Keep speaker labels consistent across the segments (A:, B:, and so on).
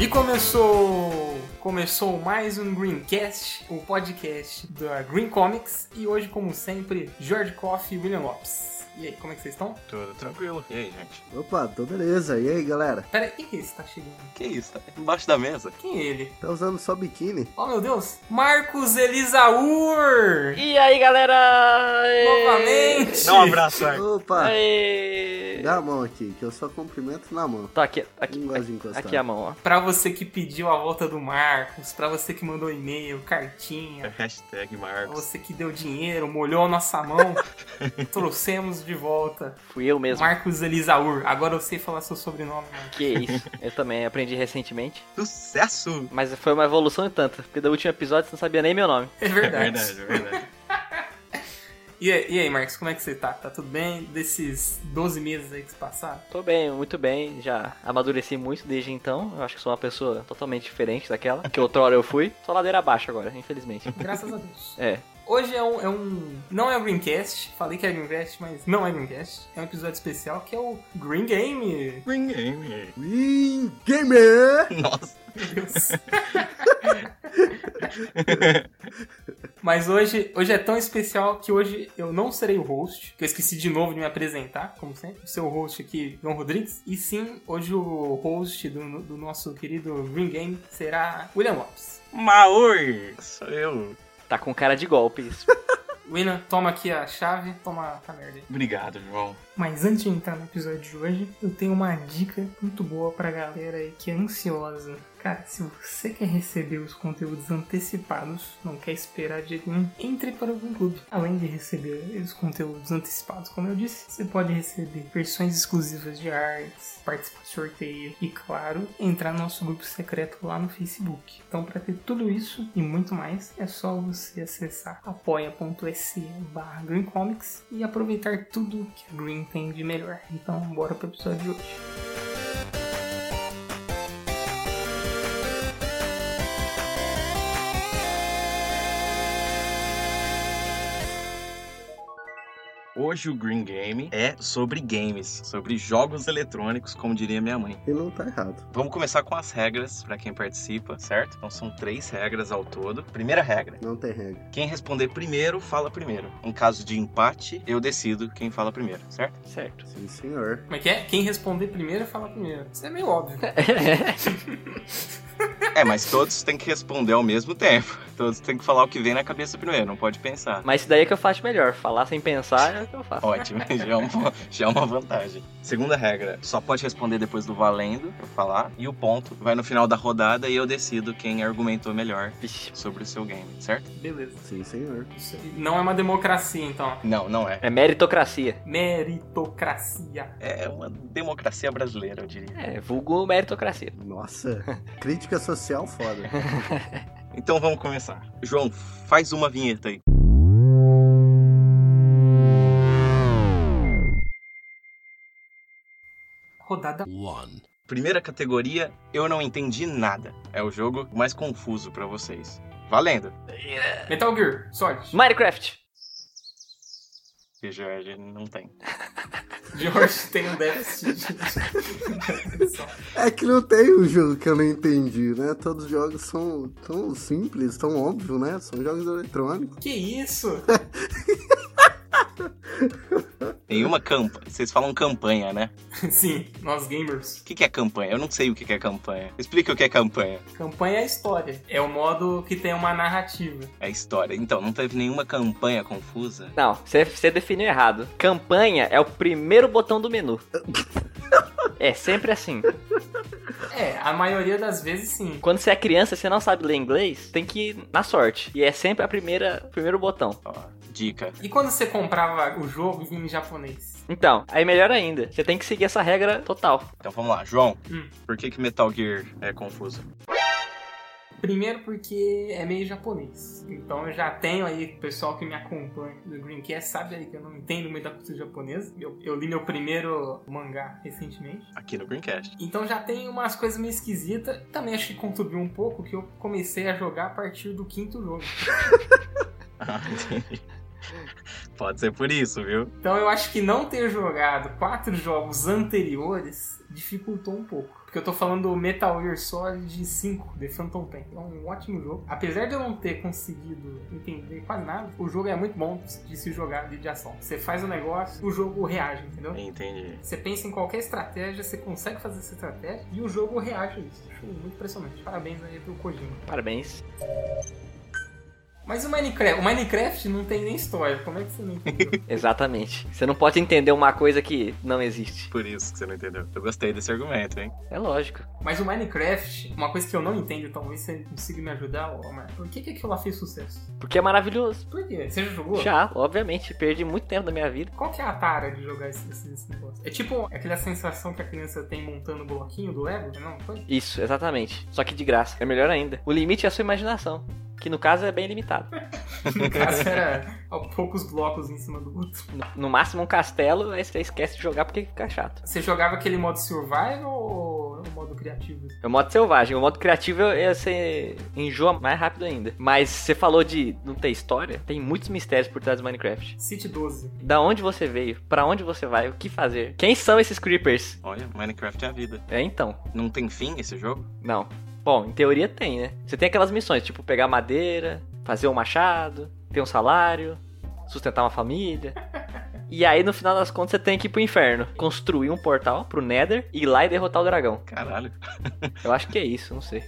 A: E começou começou mais um Greencast, o podcast da Green Comics, e hoje, como sempre, George Coffey e William Lopes. E aí, como é que vocês estão?
B: Tudo tranquilo. E aí, gente?
C: Opa, tô beleza. E aí, galera?
A: Pera, quem que é esse que tá chegando?
B: Que isso? Tá embaixo da mesa.
A: Quem é ele?
C: Tá usando só biquíni?
A: Oh, meu Deus! Marcos Elisaur!
D: E aí, galera?
A: Novamente!
B: Dá um abraço aí.
C: Opa,
D: Aê!
C: dá um a mão aqui, que eu só cumprimento na mão.
D: Tá, aqui, aqui,
C: Não gosto de encostar.
D: aqui é a mão, ó.
A: Pra você que pediu a volta do Marcos, pra você que mandou e-mail, cartinha,
B: Hashtag
A: pra
B: Marcos.
A: você que deu dinheiro, molhou a nossa mão, trouxemos de volta.
D: Fui eu mesmo.
A: Marcos Elisaur. Agora eu sei falar seu sobrenome, né? mano.
D: Que isso. Eu também aprendi recentemente.
B: Sucesso!
D: Mas foi uma evolução e tanto. Porque do último episódio você não sabia nem meu nome.
A: É
B: É
A: verdade.
B: verdade, é verdade.
A: E, e aí, Marcos, como é que você tá? Tá tudo bem desses 12 meses aí que se passaram?
D: Tô bem, muito bem. Já amadureci muito desde então. Eu acho que sou uma pessoa totalmente diferente daquela que outrora eu fui. Só ladeira abaixo agora, infelizmente.
A: Graças a Deus.
D: É.
A: Hoje é um, é um- Não é o Greencast, falei que é Greencast, mas não é Greencast. É um episódio especial que é o Green Game.
B: Green Game.
C: Green Gamer!
B: Nossa.
A: Meu Deus. mas hoje, hoje é tão especial que hoje eu não serei o host, que eu esqueci de novo de me apresentar, como sempre. O seu host aqui, João Rodrigues. E sim, hoje o host do, do nosso querido Green Game será William Lopes.
B: Maui! Sou eu.
D: Tá com cara de golpe isso.
A: William, toma aqui a chave, toma a merda aí.
B: Obrigado, João.
A: Mas antes de entrar no episódio de hoje, eu tenho uma dica muito boa pra galera aí que é ansiosa. Cara, se você quer receber os conteúdos antecipados, não quer esperar de jeito nenhum, entre para o Green Club. Além de receber os conteúdos antecipados, como eu disse, você pode receber versões exclusivas de artes, participar de sorteio e, claro, entrar no nosso grupo secreto lá no Facebook. Então, para ter tudo isso e muito mais, é só você acessar apoia.se barra Green Comics e aproveitar tudo que a Green tem de melhor. Então, bora pro episódio de hoje.
B: Hoje o Green Game é sobre games, sobre jogos eletrônicos, como diria minha mãe.
C: E não tá errado.
B: Vamos começar com as regras pra quem participa, certo? Então são três regras ao todo. Primeira regra:
C: Não tem regra.
B: quem responder primeiro, fala primeiro. Em caso de empate, eu decido quem fala primeiro, certo?
D: Certo.
C: Sim, senhor.
A: Como é que é? Quem responder primeiro, fala primeiro. Isso é meio óbvio.
B: É, mas todos têm que responder ao mesmo tempo. Todos têm que falar o que vem na cabeça primeiro, não pode pensar.
D: Mas isso daí é que eu faço melhor. Falar sem pensar é o que eu faço.
B: Ótimo, já é, uma, já é uma vantagem. Segunda regra, só pode responder depois do valendo, eu falar, e o ponto vai no final da rodada e eu decido quem argumentou melhor
D: Vixe.
B: sobre o seu game, certo?
A: Beleza.
C: Sim, senhor.
A: Isso aí. Não é uma democracia, então.
B: Não, não é.
D: É meritocracia.
A: Meritocracia.
B: É uma democracia brasileira, eu diria.
D: É, vulgo meritocracia.
C: Nossa, crítica social foda.
B: Então vamos começar. João, faz uma vinheta aí.
A: Rodada.
B: Primeira categoria, eu não entendi nada. É o jogo mais confuso pra vocês. Valendo!
A: Metal Gear, sorte.
D: Minecraft.
B: Que Jorge não tem.
A: George tem um déficit. de-
C: É que não tem um jogo que eu não entendi, né? Todos os jogos são tão simples, tão óbvio, né? São jogos eletrônicos.
A: que isso?
B: Tem uma campanha. Vocês falam campanha, né?
A: Sim, nós gamers.
B: O que que é campanha? Eu não sei o que que é campanha. Explica o que é campanha.
A: Campanha é história. É o modo que tem uma narrativa.
B: É história. Então, não teve nenhuma campanha confusa?
D: Não, você- você definiu errado. Campanha é o primeiro botão do menu. É sempre assim.
A: É, a maioria das vezes sim.
D: Quando você é criança, você não sabe ler inglês, tem que ir na sorte. E é sempre a primeira, o primeiro botão.
B: Ó, dica.
A: E quando você comprava o jogo, vinha em japonês?
D: Então, aí melhor ainda, você tem que seguir essa regra total.
B: Então vamos lá, João.
A: Hum.
B: Por que que Metal Gear é confuso?
A: Primeiro porque é meio japonês. Então eu já tenho aí o pessoal que me acompanha do Greencast sabe aí que eu não entendo muito da cultura japonesa. Eu, eu li meu primeiro mangá recentemente.
B: aqui no Greencast.
A: Então já tem umas coisas meio esquisitas. Também acho que contribuiu um pouco que eu comecei a jogar a partir do quinto jogo.
B: Ah, entendi. Pode ser por isso, viu?
A: Então eu acho que não ter jogado quatro jogos anteriores dificultou um pouco. Porque eu tô falando do Metal Gear Solid 5, The Phantom Pain. É um ótimo jogo. Apesar de eu não ter conseguido entender quase nada, o jogo é muito bom de se jogar de de ação. Você faz o negócio, o jogo reage, entendeu?
B: Entendi.
A: Você pensa em qualquer estratégia, você consegue fazer essa estratégia e o jogo reage a isso. Acho muito impressionante. Parabéns aí pro Kojima.
D: Parabéns.
A: Mas o Minecraft, o Minecraft não tem nem história. Como é que você não entendeu?
D: Exatamente. Você não pode entender uma coisa que não existe.
B: Por isso que você não entendeu. Eu gostei desse argumento, hein?
D: É lógico.
A: Mas o Minecraft, uma coisa que eu não entendo, talvez você consiga me ajudar, Omar. Por que, que aquilo lá fez sucesso?
D: Porque é maravilhoso.
A: Por quê? Você já jogou?
D: Já, obviamente, perdi muito tempo da minha vida.
A: Qual que é a tara de jogar esse, esse, esse negócio? É tipo aquela sensação que a criança tem montando o bloquinho do Lego, não? Foi?
D: Isso, exatamente. Só que de graça. É melhor ainda. O limite é a sua imaginação. Que no caso é bem limitado.
A: No caso era ó, poucos blocos em cima do outro.
D: No- No máximo um castelo, aí você esquece de jogar porque fica chato.
A: Você jogava aquele modo survival ou o modo criativo?
D: É o modo selvagem. O modo criativo é é você enjoa mais rápido ainda. Mas você falou de não ter história. Tem muitos mistérios por trás do Minecraft.
A: City 12.
D: Da onde você veio? Pra onde você vai? O que fazer? Quem são esses creepers?
B: Olha, Minecraft é a vida.
D: É então.
B: Não tem fim esse jogo?
D: Não. Bom, em teoria tem, né? Você tem aquelas missões, tipo pegar madeira, fazer um machado, ter um salário, sustentar uma família. E aí, no final das contas, você tem que ir pro inferno. Construir um portal pro Nether, ir lá e derrotar o dragão.
B: Caralho.
D: Eu acho que é isso, não sei.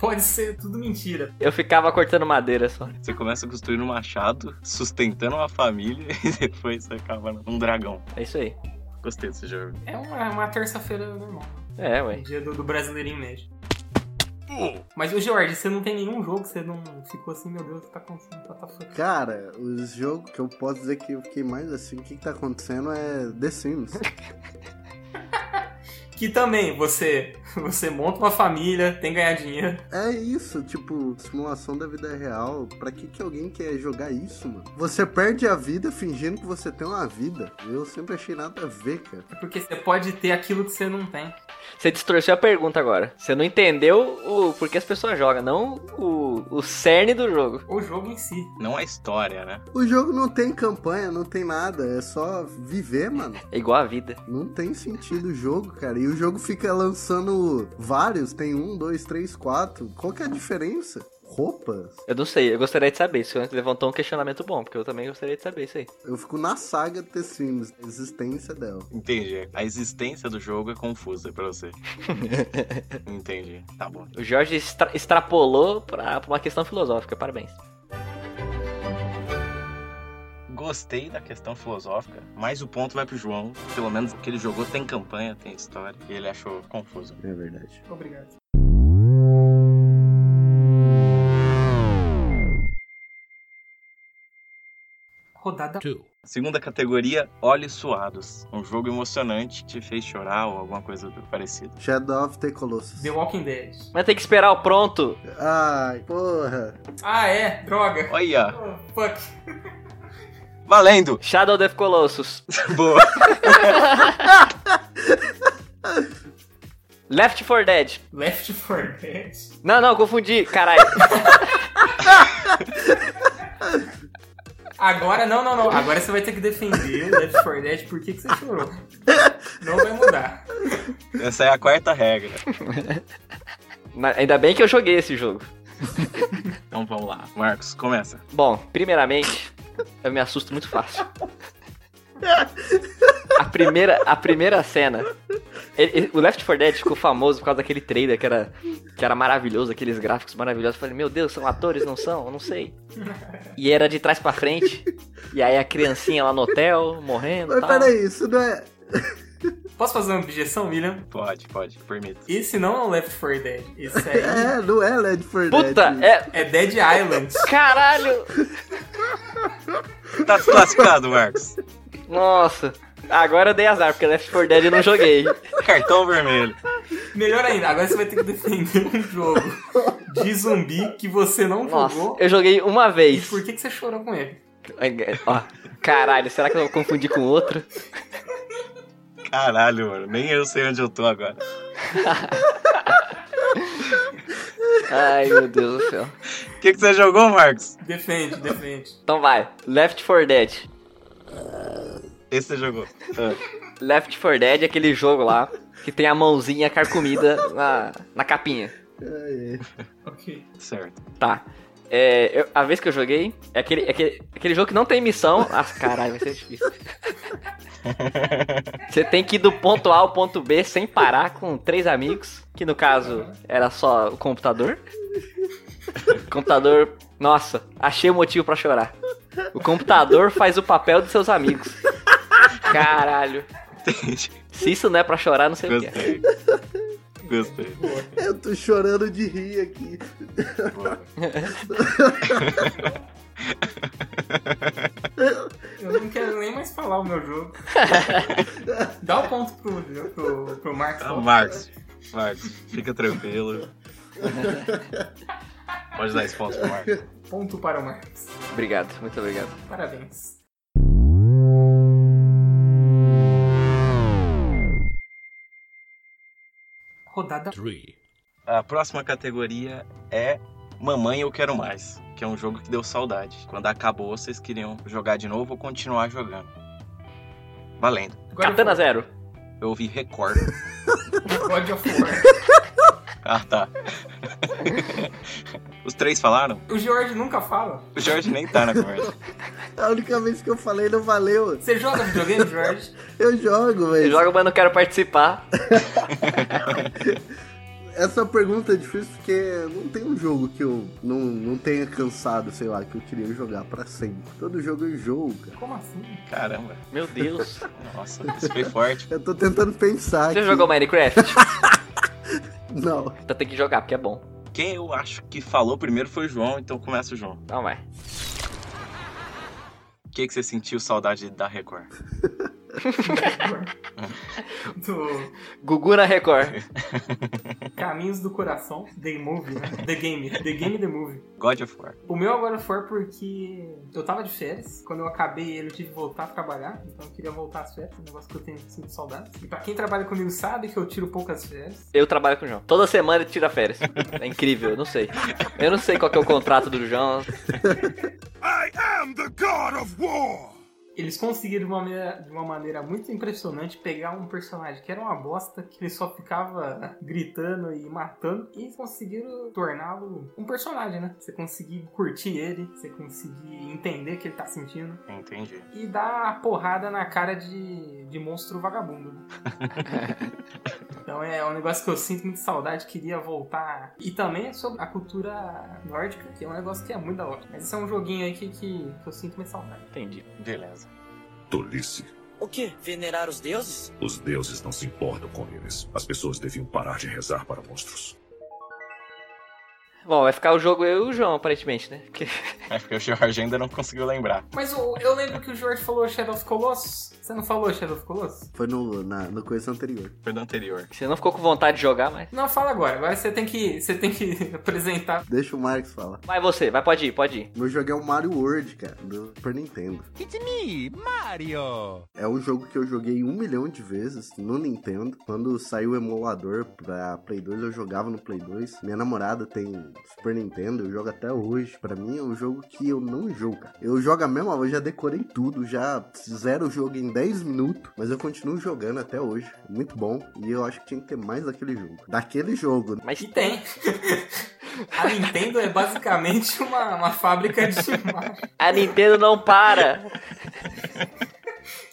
A: Pode ser tudo mentira.
D: Eu ficava cortando madeira só.
B: Você começa construindo um machado, sustentando uma família e depois você acaba num dragão.
D: É isso aí.
B: Gostei desse jogo.
A: É uma, uma terça-feira normal.
D: É, ué.
A: O Um dia do, do brasileirinho médio. Mas, ô Jorge, você não tem nenhum jogo que você não ficou assim, meu Deus, o que tá acontecendo? Tá, tá, tá.
C: Cara, os jogos que eu posso dizer que eu fiquei mais assim, o que, que tá acontecendo é The Sims.
A: Que também você, você monta uma família, tem que ganhar dinheiro.
C: É isso, tipo, simulação da vida real. Pra que, que alguém quer jogar isso, mano? Você perde a vida fingindo que você tem uma vida. Eu sempre achei nada a ver, cara.
A: É porque você pode ter aquilo que você não tem.
D: Você distorceu a pergunta agora. Você não entendeu o por que as pessoas jogam, não o, o cerne do jogo.
A: O jogo em si.
B: Não é história, né?
C: O jogo não tem campanha, não tem nada. É só viver, mano.
D: É igual a vida.
C: Não tem sentido o jogo, cara. E o jogo fica lançando vários. Tem um, dois, três, quatro. Qual que é a diferença? Roupas?
D: Eu não sei, eu gostaria de saber. Isso levantou um questionamento bom, porque eu também gostaria de saber isso aí.
C: Eu fico na saga The Sims, a existência dela.
B: Entendi. A existência do jogo é confusa pra você. Entendi. Tá bom.
D: O Jorge extra- extrapolou pra, pra uma questão filosófica, parabéns.
B: Gostei da questão filosófica, mas o ponto vai pro João. Pelo menos o que ele jogou tem campanha, tem história. E ele achou confuso.
C: É verdade.
A: Obrigado. Rodada.
E: two,
B: Segunda categoria, Olhos Suados. Um jogo emocionante que te fez chorar ou alguma coisa do parecido.
C: Shadow of the Colossus.
A: The Walking Dead.
D: Mas tem que esperar o pronto.
C: Ai, porra.
A: Ah, é? Droga.
B: Olha,
A: Oh, fuck.
B: valendo!
D: Shadow of the Colossus.
B: Boa!
D: Left 4 Dead.
A: Left 4 Dead.
D: Não, não, confundi, caralho.
A: Agora, não, não, não. Agora você vai ter que defender o Left 4 Dead. Por que, que você chorou? Não vai mudar.
B: Essa é a quarta regra.
D: Mas ainda bem que eu joguei esse jogo.
B: Então vamos lá. Marcos, começa.
D: Bom, primeiramente, eu me assusto muito fácil. A primeira, a primeira cena. ele- ele- o Left 4 Dead ficou famoso por causa daquele trailer que era, que era maravilhoso, aqueles gráficos maravilhosos. Eu falei, meu Deus, são atores, não são? Eu não sei. E era de trás pra frente. E aí a criancinha lá no hotel, morrendo.
C: Mas
D: e Tal.
C: peraí, isso não é.
A: Posso fazer uma objeção, William?
B: Pode, pode, permita.
A: Esse não é o Left 4 Dead. Esse aí
C: É, não é Led for
D: Puta,
C: Dead.
D: é.
A: é Dead Island.
D: Caralho!
B: Tá desclassificado, Marcos.
D: Nossa. Agora eu dei azar, porque Left 4 Dead eu não joguei.
B: Cartão vermelho.
A: Melhor ainda, agora você vai ter que defender um jogo de zumbi que você não
D: Nossa,
A: jogou.
D: eu joguei uma
A: E
D: vez.
A: por que, que você chorou com ele?
D: Ó, caralho, será que eu confundi com outro?
B: Caralho, mano. Nem eu sei onde eu tô agora.
D: Ai, meu Deus do céu.
B: O que, que você jogou, Marcos?
A: Defende, defende.
D: Então vai, Left 4 Dead.
B: Esse você jogou. Ah,
D: Left 4 Dead é aquele jogo lá que tem a mãozinha carcomida na, na capinha.
C: Ai, ai.
A: Ok.
B: certo.
D: Tá. É, eu- a vez que eu joguei, é aquele, é aquele, aquele jogo que não tem missão. Ah, caralho, vai ser difícil. Você tem que ir do ponto A ao ponto B sem parar com três amigos, que no caso era só o computador. O computador. Nossa, achei o motivo pra chorar. O computador faz o papel de seus amigos. Caralho.
B: Entendi.
D: Se isso não é pra chorar, não sei o que é.
B: Gostei. Gostei.
C: Eu tô chorando de rir aqui.
B: Boa.
A: Eu não quero nem mais falar o meu jogo. Dá o ponto pro, pro, pro Marcos.
B: Ah, Marcos. Marcos, fica tranquilo. Pode dar esse ponto pro Marcos.
A: Ponto para o Marcos.
D: Obrigado, muito obrigado.
A: Parabéns. Rodada
E: three,
B: A próxima categoria é Mamãe Eu Quero Mais, que é um jogo que deu saudade. Quando acabou, vocês queriam jogar de novo ou continuar jogando. Valendo.
A: God of
D: Katana
A: War.
D: Zero.
B: Eu ouvi Record.
A: God of War.
B: Ah, tá. Os três falaram?
A: O George nunca fala.
B: O Jorge nem tá na conversa.
C: A única vez que eu falei não valeu.
A: Você joga videogame, George?
C: Eu jogo,
D: Eu
C: mas
D: jogo, mas não quero participar.
C: essa pergunta é difícil porque não tem um jogo que eu não, não tenha cansado, sei lá, que eu queria jogar pra sempre. Todo jogo eu jogo, cara.
A: Como assim?
B: Caramba.
D: Meu Deus.
B: Nossa, isso foi forte.
C: Eu tô tentando pensar
D: Você
C: aqui.
D: jogou Minecraft?
C: Não.
D: Então tem que jogar, porque é bom.
B: Quem eu acho que falou primeiro foi o João, então começa o João.
D: Não vai.
B: O que, que você sentiu saudade da Record?
A: Do
D: Gugu na Record.
A: Caminhos do Coração, The Movie, né? The Game, The Game The Movie.
B: God of War.
A: O meu agora foi porque eu tava de férias. Quando eu acabei ele, eu tive que voltar a trabalhar. Então eu queria voltar às férias, um negócio que eu tenho sinto saudades. E pra quem trabalha comigo sabe que eu tiro poucas férias.
D: Eu trabalho com o João. Toda semana ele tira férias. É incrível, eu não sei. Eu não sei qual que é o contrato do João.
A: Eles conseguiram de uma, maneira, de uma maneira muito impressionante pegar um personagem que era uma bosta, que ele só ficava gritando e matando, e conseguiram torná-lo um personagem, né? Você conseguir curtir ele, você conseguir entender o que ele tá sentindo,
B: Entendi.
A: e dar a porrada na cara de, de monstro vagabundo. né? Então é um negócio que eu sinto muito saudade, queria voltar. E também é sobre a cultura nórdica, que é um negócio que é muito da hora. Mas esse é um joguinho aí que, que, que eu sinto muito saudade.
D: Entendi.
B: Beleza.
E: tolice.
F: O que? Venerar os deuses?
E: Os deuses não se importam com eles. As pessoas deviam parar de rezar para monstros.
D: Bom, vai ficar o jogo eu e o João, aparentemente, né? Porque-
B: É porque o Jorge ainda não conseguiu lembrar.
A: Mas eu, eu lembro que o Jorge falou Shadow of Colossus. Você não falou Shadow of Colossus?
C: Foi no, na, no coisa anterior.
B: Foi do anterior.
D: Você não ficou com vontade de jogar, mas.
A: Não, fala agora. Agora você tem que, você tem que apresentar.
C: Deixa o Marcos falar.
D: Vai você, vai, pode ir, pode ir.
C: Meu jogo é o Mario World, cara, do Super Nintendo. É um jogo que eu joguei um milhão de vezes no Nintendo. Quando saiu o emulador pra Play 2, eu jogava no Play 2. Minha namorada tem Super Nintendo, eu jogo até hoje. Pra mim é um jogo que eu não jogo, cara. Eu jogo a mesma, eu já decorei tudo, já zero o jogo em 10 minutos. Mas eu continuo jogando até hoje. Muito bom. E eu acho que tinha que ter mais daquele jogo. Daquele jogo. né?
D: Mas
A: E tem. A Nintendo é basicamente uma, uma fábrica de imagem.
D: a Nintendo não para!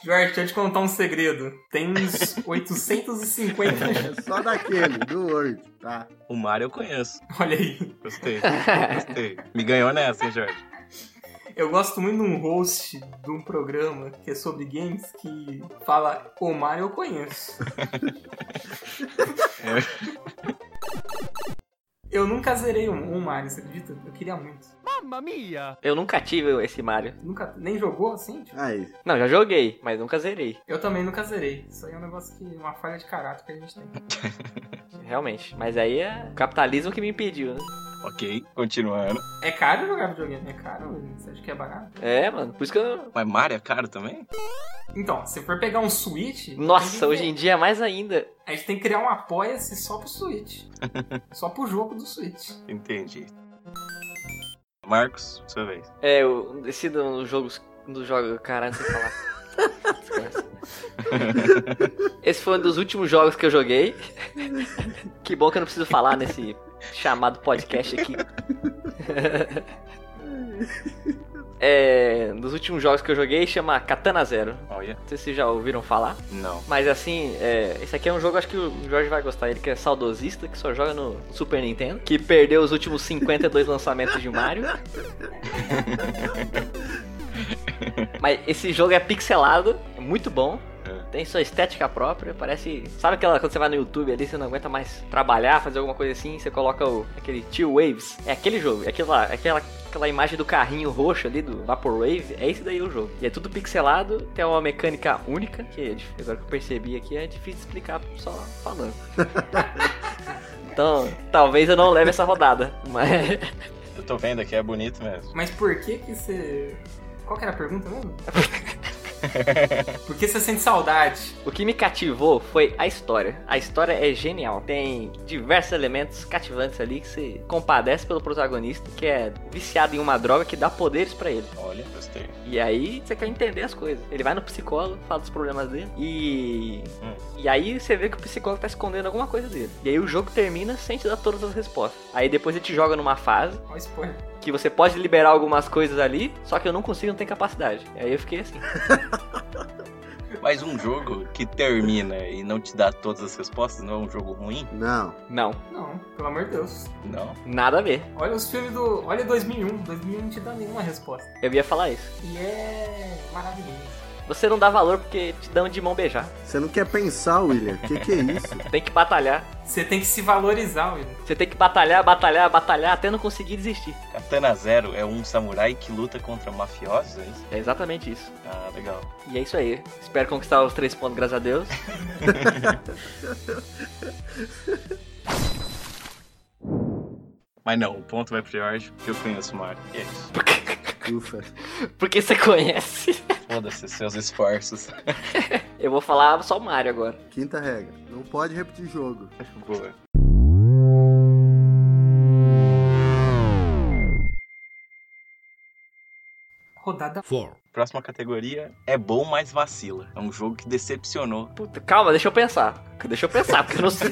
A: Jorge, deixa eu te contar um segredo. Tem uns 850 jogos.
C: Só daquele, do World, tá?
B: O Mario eu conheço.
A: Olha aí.
B: Gostei. Gostei. Me ganhou nessa, hein, Jorge?
A: Eu gosto muito de um host de um programa que é sobre games que fala O Mario eu conheço.
D: É.
A: Eu nunca zerei um, um Mario, você acredita? Eu queria muito.
G: Mamma mia!
D: Eu nunca tive esse Mario.
A: Nunca, nem jogou assim? Tipo,
C: Aí,
D: Não, já joguei, mas nunca zerei.
A: eu também nunca zerei. Isso aí é um negócio que. Uma falha de caráter que a gente tem.
D: Realmente. Mas aí é o capitalismo que me impediu, né?
B: Ok, continuando.
A: É caro jogar videogame, é caro? Você acha que é barato?
D: É, mano. Por isso que eu.
B: Mas Mario é caro também?
A: Então, se for pegar um Switch.
D: Nossa, hoje
A: gente
D: em dia é mais ainda.
A: A gente tem que criar um apoia-se só pro Switch. só pro jogo do Switch.
B: Entendi. Marcos, sua vez.
D: É, eu decido nos jogos. Nos jogos. Caralho, não sei falar. Desgraça. Esse foi um dos últimos jogos que eu joguei. Que bom que eu não preciso falar nesse chamado podcast aqui. É, um dos últimos jogos que eu joguei chama Katana Zero.
B: Olha.
D: Não sei se vocês já ouviram falar.
B: Não.
D: Mas assim, é, esse aqui é um jogo, acho que o Jorge vai gostar. Ele que é saudosista, que só joga no Super Nintendo, que perdeu os últimos 52 lançamentos de Mario. Mas esse jogo é pixelado, é muito bom.
B: É.
D: Tem sua estética própria, parece. Sabe aquela quando você vai no YouTube ali, você não aguenta mais trabalhar, fazer alguma coisa assim, você coloca o, aquele Tio Waves. É aquele jogo, é aquela, aquela, aquela imagem do carrinho roxo ali, do Vaporwave, é esse daí o jogo. E é tudo pixelado, tem uma mecânica única, que é dif- agora que eu percebi aqui é difícil de explicar só falando. então, talvez eu não leve essa rodada, mas.
B: Eu tô vendo aqui, é bonito mesmo.
A: Mas por que que você. Qual que era a pergunta mesmo? por que você sente saudade?
D: O que me cativou foi a história. A história é genial. Tem diversos elementos cativantes ali que se compadece pelo protagonista, que é viciado em uma droga que dá poderes pra ele.
B: Olha, gostei.
D: E aí você quer entender as coisas. Ele vai no psicólogo, fala dos problemas dele e
B: Hum.
D: e aí você vê que o psicólogo tá escondendo alguma coisa dele. E aí o jogo termina sem te dar todas as respostas. Aí depois ele te joga numa fase
A: Olha o spoiler.
D: que você pode liberar algumas coisas ali, só que eu não consigo, não tenho capacidade. E aí eu fiquei assim.
B: Mas um jogo que termina e não te dá todas as respostas não é um jogo ruim?
C: não.
D: Não,
A: Não, pelo amor de Deus.
B: Não.
D: nada a ver.
A: Olha os filmes do. Olha 2001. 2001 não um te dá nenhuma resposta.
D: Eu ia falar isso.
A: E é maravilhoso.
D: Você não dá valor porque te dão de mão beijar.
C: Você não quer pensar, William? O que, que é isso?
D: Tem que batalhar.
A: Você tem que se valorizar, Will.
D: Você tem que batalhar, batalhar, batalhar até não conseguir desistir.
B: Katana Zero é um samurai que luta contra mafiosos, é isso?
D: É exatamente isso.
B: Ah, legal.
D: E é isso aí. Espero conquistar os três pontos, graças a Deus.
B: Mas não, o ponto vai pro Jorge, porque eu conheço o Mario. E é isso.
C: Ufa.
D: Porque você conhece.
B: Foda-se seus esforços.
D: Eu vou falar só o Mario agora.
C: Quinta regra. Não pode repetir jogo.
B: Boa.
A: Rodada.
E: For.
B: Próxima categoria é bom, mas vacila. É um jogo que decepcionou.
D: Puta, calma, deixa eu pensar. Deixa eu pensar, porque eu não sei.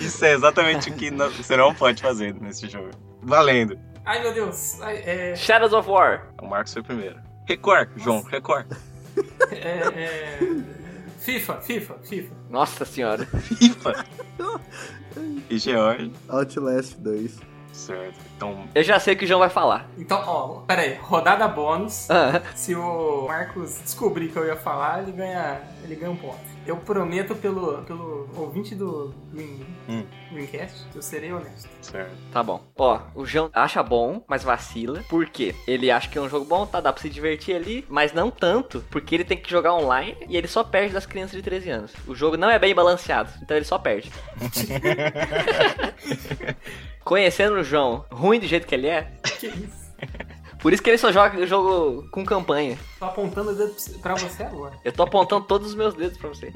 B: Isso é exatamente o que não- você não pode fazer nesse jogo. Valendo.
A: Ai meu Deus. Ai, é,
D: Shadows of War.
B: O Marcos foi primeiro. Record, João, record.
A: é, é... FIFA, FIFA, FIFA.
D: Nossa senhora.
B: FIFA. E George.
C: Outlast 2.
B: Certo. Então,
D: Eu já sei o que o João vai falar.
A: Então, ó, peraí. Rodada bônus.
D: Ah,
A: Se o Marcos descobrir que eu ia falar, ele ganha, ele ganha um ponto. Eu prometo pelo, pelo ouvinte do Green,
B: Hum.
A: Greencast, eu serei honesto.
B: certo.
D: tá bom. Ó, o João acha bom, mas vacila. Por quê? Ele acha que é um jogo bom, tá? Dá pra se divertir ali, mas não tanto, porque ele tem que jogar online e ele só perde das crianças de 13 anos. O jogo não é bem balanceado, então ele só perde. Conhecendo o João, ruim do jeito que ele é,
A: Que isso?
D: por isso que ele só joga jogo com campanha.
A: Tô apontando o dedo pra você agora.
D: Eu tô apontando todos os meus dedos pra você.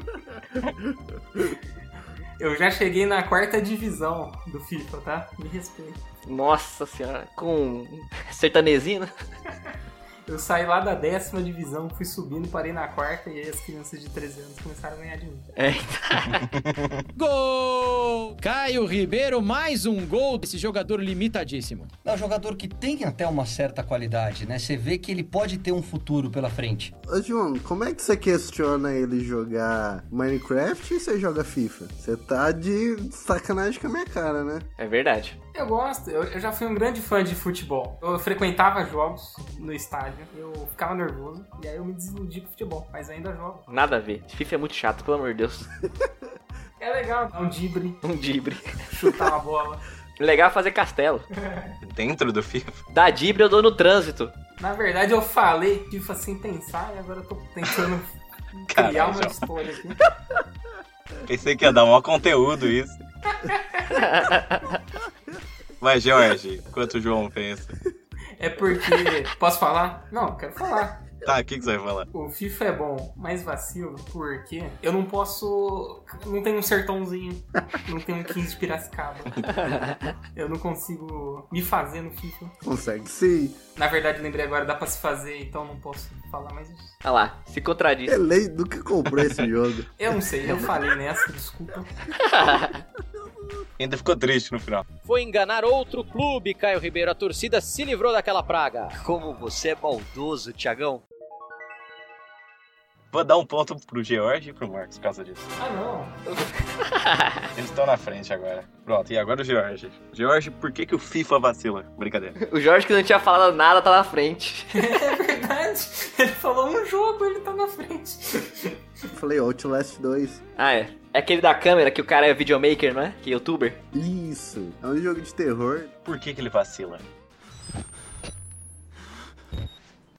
A: Eu já cheguei na quarta divisão do FIFA, tá? Me respeita.
D: Nossa senhora, com né? sertanezina.
A: Eu saí lá da décima divisão, fui subindo, parei na quarta e aí as crianças de 13 anos começaram a ganhar de mim.
D: É,
G: Gol! Caio Ribeiro, mais um gol desse jogador limitadíssimo.
H: É um jogador que tem até uma certa qualidade, né? Você vê que ele pode ter um futuro pela frente.
C: Ô, João, como é que você questiona ele jogar Minecraft e você joga FIFA? Você tá de sacanagem com a minha cara, né?
D: é verdade.
A: Eu gosto, eu, eu já fui um grande fã de futebol. Eu frequentava jogos no estádio, eu ficava nervoso e aí eu me desiludi com o futebol, mas ainda jogo.
D: Nada a ver. Esse FIFA é muito chato, pelo amor de Deus.
A: É legal dar um dibre,
D: Um dibre.
A: chutar uma bola.
D: Legal é fazer castelo.
B: Dentro do FIFA.
D: Da Dibra eu dou no trânsito.
A: Na verdade, eu falei FIFA sem pensar e agora eu tô tentando criar
B: Caralho,
A: uma
B: João.
A: história aqui.
B: Pensei que ia dar um maior conteúdo isso. Mas, Jorge, enquanto o João pensa.
A: É porque. Posso falar? Não, quero falar.
B: Tá, o que, que você vai falar?
A: O FIFA é bom, mas vacilo, porque eu não posso. Não tenho um sertãozinho. Não tenho um 15 de Piracicaba. Eu não consigo me fazer no FIFA.
C: Consegue sim.
A: Na verdade, lembrei agora, dá pra se fazer, então não posso falar mais isso.
D: Olha lá, se contradiz.
C: É lei do que comprou esse jogo.
A: Eu não sei, eu falei nessa, desculpa.
B: Ainda ficou triste no final.
G: Foi enganar outro clube, Caio Ribeiro. A torcida se livrou daquela praga.
F: Como você é maldoso, Tiagão.
B: Vou dar um ponto pro George e pro Marcos por causa disso.
A: Ah, não.
B: Eles estão na frente agora. Pronto, e agora o George. George, por que, que o FIFA vacila? Brincadeira.
D: O Jorge que não tinha falado nada tá na frente.
A: É verdade. Ele falou um jogo, ele tá na frente.
C: Falei, Outlast 2.
D: Ah, é. É aquele da câmera que o cara é videomaker, não é? Que é youtuber.
C: Isso. É um jogo de terror.
B: Por que, que ele vacila?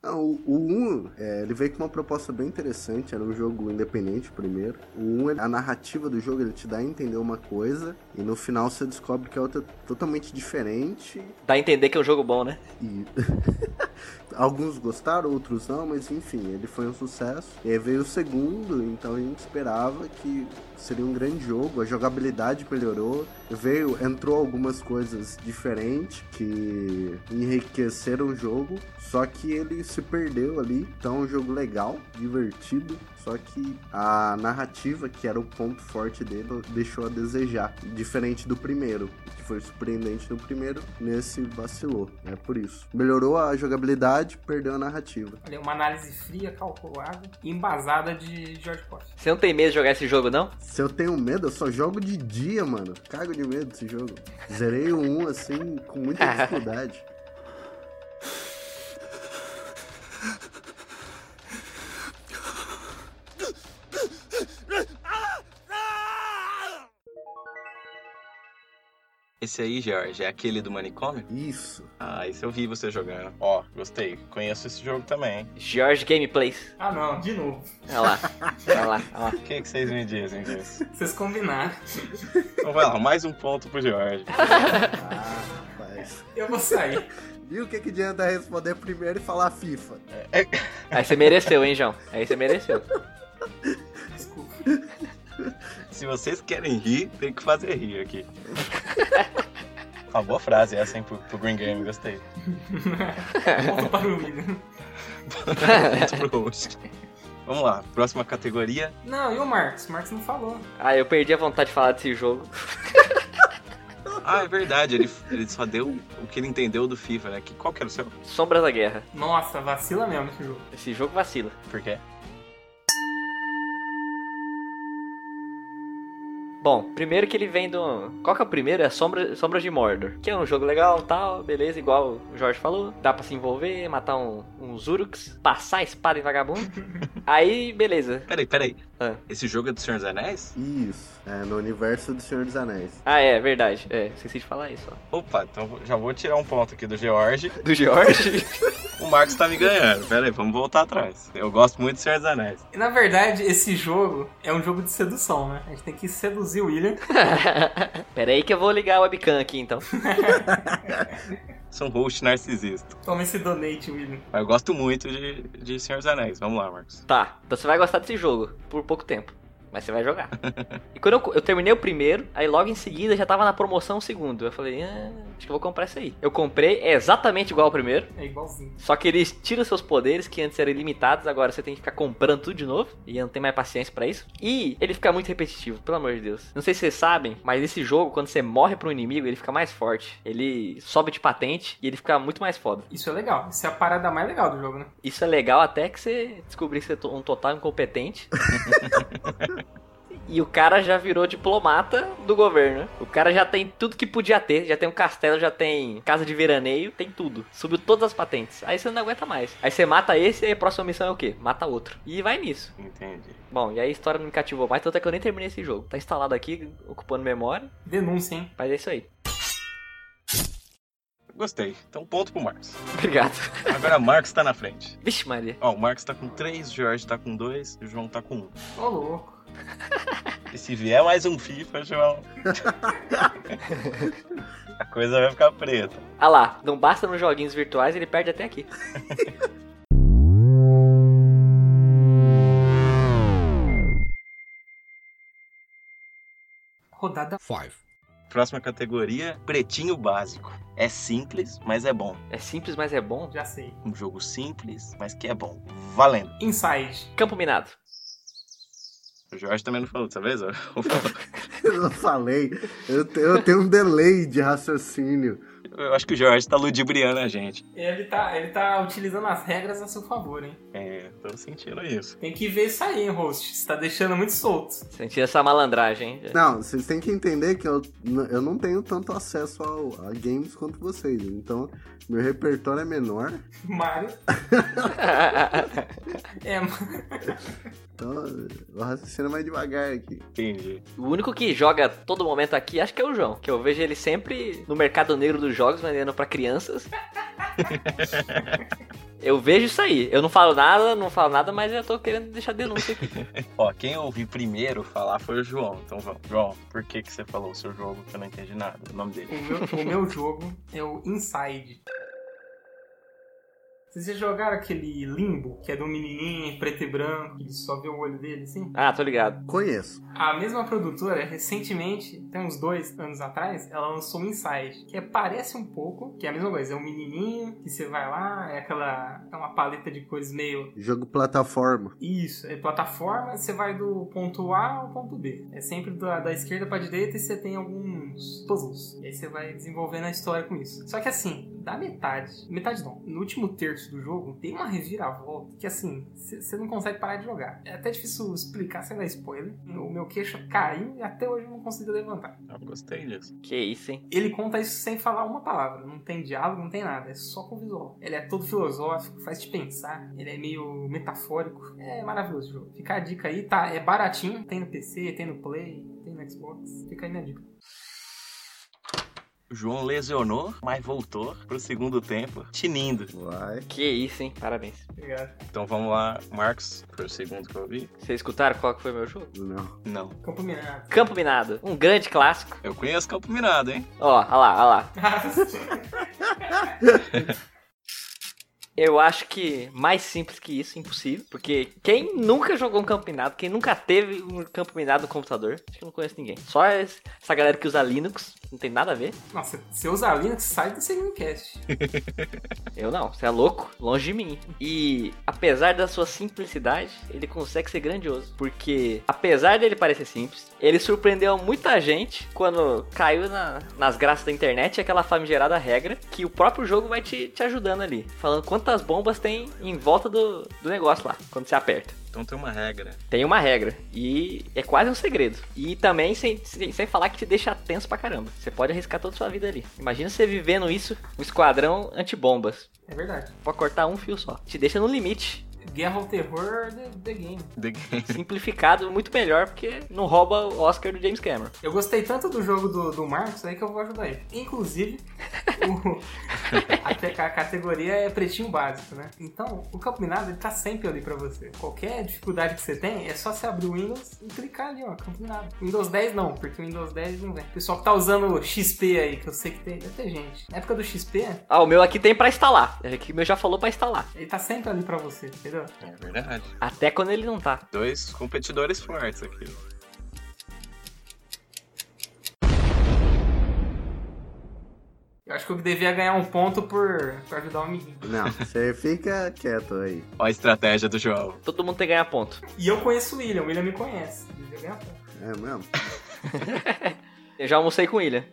C: Ah, o 1, ele veio com uma proposta bem interessante, era um jogo independente primeiro. O 1, a narrativa do jogo, ele te dá a entender uma coisa, e no final você descobre que é outra totalmente diferente.
D: Dá a entender que é um jogo bom, né?
C: E alguns gostaram, outros não, mas enfim, ele foi um sucesso. E aí veio o segundo, então a gente esperava que seria um grande jogo, a jogabilidade melhorou, veio, entrou algumas coisas diferentes que enriqueceram o jogo, só que ele se perdeu ali, então é um jogo legal, divertido, só que a narrativa, que era o ponto forte dele, deixou a desejar, diferente do primeiro, que foi surpreendente no primeiro, nesse vacilou, é por isso. Melhorou a jogabilidade, perdeu a narrativa.
A: Olha, uma análise fria, calculada e embasada de George Potter.
D: Você não tem medo de jogar esse jogo, não?
C: Se eu tenho medo, eu só jogo de dia, mano. Cago de medo desse jogo. Zerei o 1 assim, com muita dificuldade.
B: Esse aí, George, é aquele do manicômio?
C: Isso.
B: Ah, esse eu vi você jogando. Ó, gostei. Conheço esse jogo também, hein?
D: Jorge Gameplays.
A: Ah, não, de novo.
D: Olha lá. Olha lá, olha lá.
B: O que, que vocês me dizem disso?
A: Vocês combinaram.
B: Então vai lá, mais um ponto pro George.
C: Ah, rapaz.
A: Eu vou sair.
C: Viu o que, que adianta responder primeiro e falar FIFA?
D: Aí você mereceu, hein, João? Aí você mereceu.
A: Desculpa.
B: Se vocês querem rir, tem que fazer rir aqui. Uma boa frase essa, hein, pro, pro Green Game, gostei.
A: Volta para o William.
B: Ponto pro host. Vamos lá, próxima categoria.
A: Não, e o Marcos? O Marcos não falou.
D: Ah, eu perdi a vontade de falar desse jogo.
B: Ah, é verdade, ele, ele só deu o que ele entendeu do FIFA, né? Que, qual que era o seu?
D: Sombras da Guerra.
A: Nossa, vacila mesmo esse jogo.
D: Esse jogo vacila.
B: Por quê?
D: Bom, primeiro que ele vem do. Qual que é o primeiro? É Sombra, Sombra de Mordor. Que é um jogo legal tal, beleza, igual o Jorge falou. Dá pra se envolver, matar um, um Zurux, passar a espada em vagabundo. Aí, beleza.
B: Peraí, peraí.
D: Ah.
B: Esse jogo é do Senhor dos Anéis?
C: Isso. É, no universo do Senhor dos Anéis.
D: Ah, é, verdade. É, esqueci de falar isso, ó.
B: Opa, então vou- já vou tirar um ponto aqui do George.
D: Do Jorge?
B: O Marcos tá me ganhando. Peraí, vamos voltar atrás. Eu gosto muito do Senhor dos Anéis.
A: E, na verdade, esse jogo é um jogo de sedução, né? A gente tem que seduzir o William.
D: Pera aí que eu vou ligar a webcam aqui então.
B: Sou um host narcisista.
A: Toma esse donate, William.
B: Mas eu gosto muito de, de Senhor dos Anéis. Vamos lá, Marcos.
D: Tá, então você vai gostar desse jogo por pouco tempo. Mas você vai jogar. e quando eu, eu terminei o primeiro, aí logo em seguida já tava na promoção o segundo. Eu falei, ah, acho que eu vou comprar esse aí. Eu comprei, é exatamente igual ao primeiro.
A: É igualzinho.
D: Só que eles tiram seus poderes, que antes eram ilimitados, agora você tem que ficar comprando tudo de novo. E eu não tenho mais paciência pra isso. E ele fica muito repetitivo, pelo amor de Deus. Não sei se vocês sabem, mas esse jogo, quando você morre pro inimigo, ele fica mais forte. Ele sobe de patente e ele fica muito mais foda.
A: Isso é legal. Isso é a parada mais legal do jogo, né?
D: Isso é legal até que você descobrir que você é to- um total incompetente. E o cara já virou diplomata do governo. O cara já tem tudo que podia ter. Já tem um castelo, já tem casa de veraneio, tem tudo. Subiu todas as patentes. Aí você não aguenta mais. Aí você mata esse e a próxima missão é o quê? Mata outro. E vai nisso.
B: Entendi.
D: Bom, e aí a história não me cativou mais, tanto é que eu nem terminei esse jogo. Tá instalado aqui, ocupando memória,
A: Denúncia, hein?
D: mas é isso aí.
B: Gostei. Então, ponto pro Marcos.
D: Obrigado.
B: Agora, Marcos tá na frente.
D: Vixe, Maria.
B: Ó, o Marcos tá com 3, o Jorge tá com 2 e o João tá com 1.
A: Ô, louco.
B: E se vier mais um FIFA, João. a coisa vai ficar preta.
D: Ah lá, não basta nos joguinhos virtuais, ele perde até aqui.
A: Rodada
E: Five.
B: Próxima categoria: Pretinho Básico. É simples, mas é bom.
D: É simples, mas é bom.
A: já sei.
B: Um jogo simples, mas que é bom. Valendo.
A: Inside.
D: Campo minado.
B: O Jorge também não falou dessa vez, ó.
C: Eu falei, eu, te- eu tenho um delay de raciocínio.
B: Eu acho que o Jorge tá ludibriando a gente.
A: Ele tá, ele tá utilizando as regras a seu favor, hein?
B: É, tô sentindo isso.
A: Tem que ver isso aí, hein, host. Você tá deixando muito solto.
D: Senti essa malandragem, hein?
C: Não, vocês têm que entender que eu, n- eu não tenho tanto acesso ao, a games quanto vocês. Então, meu repertório é menor.
A: Mario. É,
C: Então, o raciocínio é mais devagar aqui.
B: Entendi.
D: o único que joga todo momento aqui, acho que é o João. Que eu vejo ele sempre no mercado negro dos jogos, vendendo pra crianças. Eu vejo isso aí. Eu não falo nada, não falo nada, mas eu tô querendo deixar denúncia aqui.
B: Ó, quem eu ouvi primeiro falar foi o João. Então vamos. João, por que, que você falou o seu jogo que eu não entendi nada? O nome dele.
A: O meu, o meu jogo é o Inside. Vocês já jogaram aquele limbo, que é do menininho preto e branco, que só vê o olho dele assim?
D: Ah, tô ligado.
C: Conheço.
A: A mesma produtora, recentemente, tem uns dois anos atrás, ela lançou o Inside, que é- parece um pouco, que é a mesma coisa, é um menininho que você vai lá, é aquela. é uma paleta de cores meio
C: Jogo plataforma.
A: Isso, é plataforma, você vai do ponto A ao ponto B. É sempre da, da esquerda pra direita e você tem alguns puzzles. E aí você vai desenvolvendo a história com isso. Só que assim, da metade, metade não, no último terço do jogo, tem uma reviravolta que assim, você você não consegue parar de jogar. É até difícil explicar sem dar spoiler. O meu queixo caiu e até hoje eu não consigo levantar.
B: Eu gostei disso.
D: Que isso, hein?
A: Ele conta isso sem falar uma palavra, não tem diálogo, não tem nada, é só com o visual. Ele é todo filosófico, faz te pensar, ele é meio metafórico. É maravilhoso o jogo. Fica a dica aí, tá? É baratinho, tem no PC, tem no Play, tem no Xbox. Fica aí minha dica.
B: O João lesionou, mas voltou pro segundo tempo, tinindo.
C: Vai.
D: Que isso, hein? Parabéns.
A: Obrigado.
B: Então vamos lá, Marcos, foi o segundo que eu ouvi?
D: Vocês escutaram qual que foi meu jogo?
C: Não.
B: Não.
A: Campo Minado.
D: Campo Minado. Um grande clássico.
B: Eu conheço Campo Minado, hein?
D: Ó, olha lá, olha lá. Eu acho que mais simples que isso, impossível. Porque quem nunca jogou um campo minado, quem nunca teve um campo minado no computador, acho que eu não conheço ninguém. Só es- essa galera que usa Linux, não tem nada a ver.
A: Nossa, se eu usar Linux, sai do Segmentcast.
D: Eu não, você é louco, longe de mim. E apesar da sua simplicidade, ele consegue ser grandioso. Porque apesar dele parecer simples, ele surpreendeu muita gente quando caiu na- nas graças da internet aquela famigerada regra que o próprio jogo vai te, te ajudando ali. Falando quantas bombas tem em volta do, do negócio lá, quando você aperta.
B: Então tem uma regra.
D: Tem uma regra. E é quase um segredo. E também sem, sem, sem falar que te deixa tenso pra caramba. Você pode arriscar toda a sua vida ali. Imagina você vivendo isso, um esquadrão antibombas.
A: É verdade.
D: Pode cortar um fio só. Te deixa no limite.
A: Guerra ao Terror The, the Game.
B: The Game.
D: Simplificado, muito melhor, porque não rouba o Oscar do James Cameron.
A: Eu gostei tanto do jogo do, do Marcos aí que eu vou ajudar ele. Inclusive, o- a, te- a categoria é pretinho básico, né? Então, o Campo Minado ele tá sempre ali pra você. Qualquer dificuldade que você tem, é só você abrir o Windows e clicar ali, ó, Campo Minado. Windows 10 não, porque o Windows 10 não vem. O pessoal que tá usando o XP aí, que eu sei que tem, deve ter gente. Na época do XP,
D: Ah, o meu aqui tem pra instalar. É que o meu já falou pra instalar.
A: ele tá sempre ali pra você, entendeu?
B: É verdade.
D: Até quando ele não tá.
B: Dois competidores fortes aqui.
A: Eu acho que eu devia ganhar um ponto por, por ajudar o amiguinho.
C: Não, você fica quieto aí.
B: Ó a estratégia do João.
D: Todo mundo tem que ganhar ponto.
A: E eu conheço o William, o William me conhece. Eu devia ganhar um ponto.
C: É mesmo?
D: Eu já almocei com o William.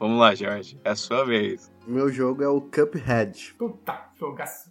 B: Vamos lá, Jorge. É a sua vez.
C: Meu jogo é o Cuphead.
A: Puta, jogaço.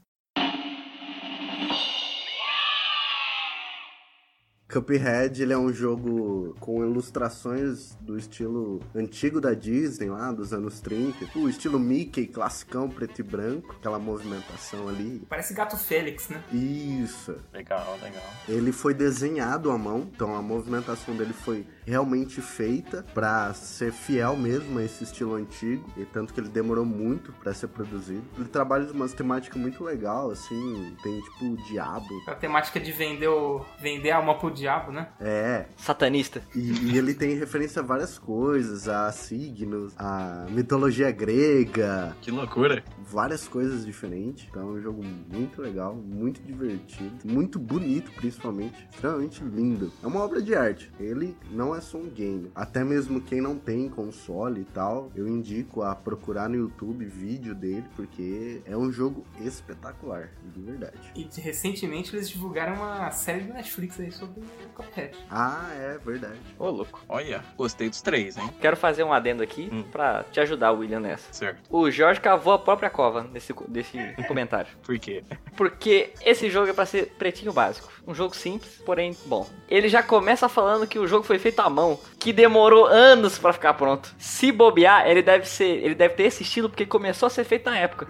C: Cuphead, ele é um jogo com ilustrações do estilo antigo da Disney, lá dos anos 30. O estilo Mickey, classicão, preto e branco. Aquela movimentação ali.
A: Parece Gato Félix, né?
C: Isso.
B: Legal, legal.
C: Ele foi desenhado à mão, então a movimentação dele foi realmente feita pra ser fiel mesmo a esse estilo antigo, e tanto que ele demorou muito pra ser produzido. Ele trabalha umas temáticas muito legal, assim, tem tipo o diabo.
A: A temática de vender, o... vender a alma pro diabo, né?
C: É,
D: Satanista.
C: e, e ele tem referência a várias coisas, a signos, a mitologia grega,
B: Que loucura.
C: várias coisas diferentes. Então é um jogo muito legal, muito divertido, muito bonito, principalmente, extremamente lindo. É uma obra de arte. Ele não é só um game. Até mesmo quem não tem console e tal, eu indico a procurar no YouTube vídeo dele, porque é um jogo espetacular, de verdade.
A: E de- recentemente eles divulgaram uma série do Netflix aí sobre o Cuphead.
C: Ah, é verdade.
D: Ô, louco.
B: Olha, gostei dos três, hein?
D: Quero fazer um adendo aqui
B: Hum.
D: pra te ajudar, William, nessa.
B: Certo.
D: O Jorge cavou a própria cova nesse, co- desse comentário.
B: Por quê?
D: Porque esse jogo é pra ser pretinho básico. Um jogo simples, porém bom. Ele já começa falando que o jogo foi feito à mão, que demorou anos pra ficar pronto. Se bobear, ele deve ser, ele deve ter esse estilo porque começou a ser feito na época.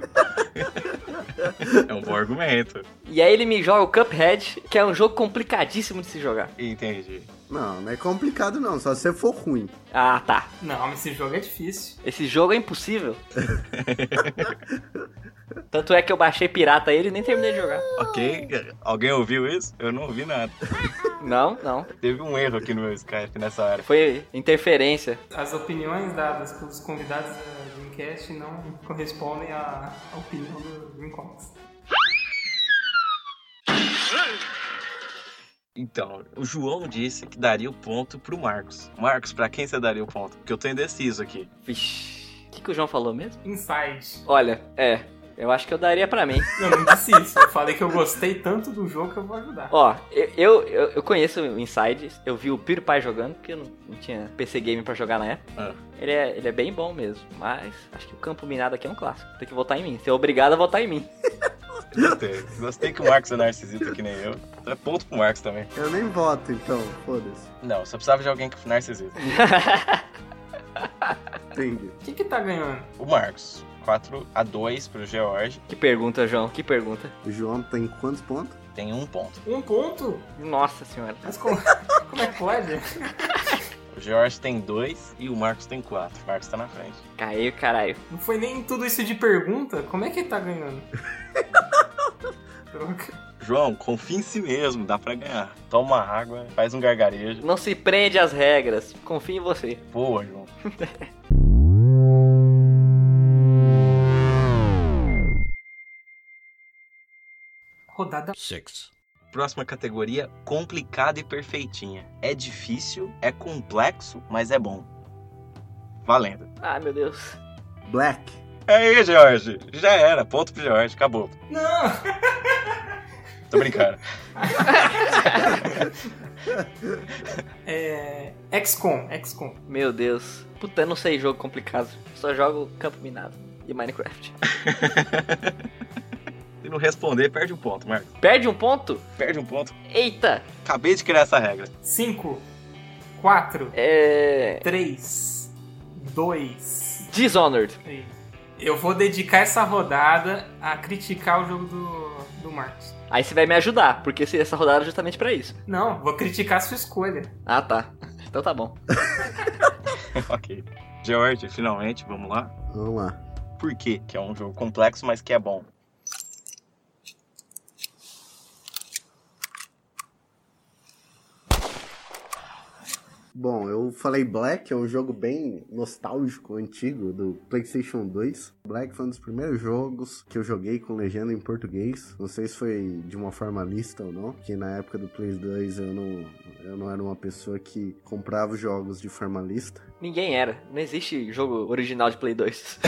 B: É um bom argumento.
D: E aí ele me joga o Cuphead, que é um jogo complicadíssimo de se jogar.
B: Entendi.
C: Não, não é complicado não, só se for ruim.
D: Ah, tá.
A: Não, mas esse jogo é difícil.
D: Esse jogo é impossível. Tanto é que eu baixei pirata ele e nem terminei de jogar.
B: Ok? Alguém ouviu isso? Eu não ouvi nada.
D: Não, não.
B: Teve um erro aqui no meu Skype nessa área.
D: Foi interferência.
A: As opiniões dadas pelos convidados da Dreamcast não correspondem à à opinião do Dreamcast.
B: Então, o João disse que daria o ponto pro Marcos. Marcos, pra quem você daria o ponto? Porque eu tô indeciso aqui.
D: Vixe. O que, que o João falou mesmo?
A: Inside.
D: Olha, é. Eu acho que eu daria pra mim.
A: Eu não disse isso. Eu falei que eu gostei tanto do jogo que eu vou ajudar.
D: Ó, eu, eu, eu- eu conheço o Inside, eu vi o Piro Pai jogando, porque eu não, não tinha PC Game pra jogar na época.
B: Ah.
D: Ele, é, ele é bem bom mesmo, mas acho que o Campo Minado aqui é um clássico. Tem que votar em mim. Você é obrigado a votar em mim.
B: Gostei. Gostei que o Marcos é narcisista que nem eu. Então é ponto pro Marcos também.
C: Eu nem voto então, foda-se.
B: Não, só precisava de alguém que narcisista.
C: Entendi.
A: O que que tá ganhando?
B: O Marcos, 4 a 2 pro George,
D: que pergunta, João, que pergunta.
C: O João tem quantos pontos?
B: tem um ponto.
A: Um ponto?
D: Nossa senhora.
A: Mas como, como é que pode?
B: O George tem dois e o Marcos tem quatro. O Marcos tá na frente.
D: Caiu, caralho.
A: Não foi nem tudo isso de pergunta? Como é que ele tá ganhando? Droga.
B: João, confia em si mesmo, dá pra ganhar. Toma uma água, faz um gargarejo.
D: Não se prende às regras. Confio em você.
B: Boa, João.
A: Rodada.
E: Six.
B: Próxima categoria, complicada e perfeitinha. É difícil, é complexo, mas é bom. Valendo.
D: Ah, meu Deus.
C: Black.
B: É aí, George. Já era. Ponto pro George. Acabou.
A: Não!
B: Tô brincando.
A: É. XCOM, XCOM.
D: Meu Deus. Puta, eu não sei jogo complicado. Só jogo Campo Minado e Minecraft.
B: Se não responder, perde um ponto, Marcos.
D: Perde um ponto?
B: Perde um ponto.
D: Eita!
B: Acabei de criar essa regra.
A: 5, 4,
D: É.
A: 3, 2.
D: Dishonored.
A: Eu vou dedicar essa rodada a criticar o jogo do, do Marcos.
D: Aí você vai me ajudar, porque esse- essa rodada é justamente pra isso.
A: Não, vou criticar a sua escolha.
D: Ah, tá. Então tá bom.
B: ok. George, finalmente, vamos lá.
C: Vamos lá.
B: Por quê? Que é um jogo complexo, mas que é bom.
C: Bom, eu falei Black, é um jogo bem nostálgico, antigo, do PlayStation 2. Black foi um dos primeiros jogos que eu joguei com legenda em português. Não sei se foi de uma forma lista ou não, que na época do Play 2 eu não, eu não era uma pessoa que comprava os jogos de forma lista.
D: Ninguém era. Não existe jogo original de Play 2.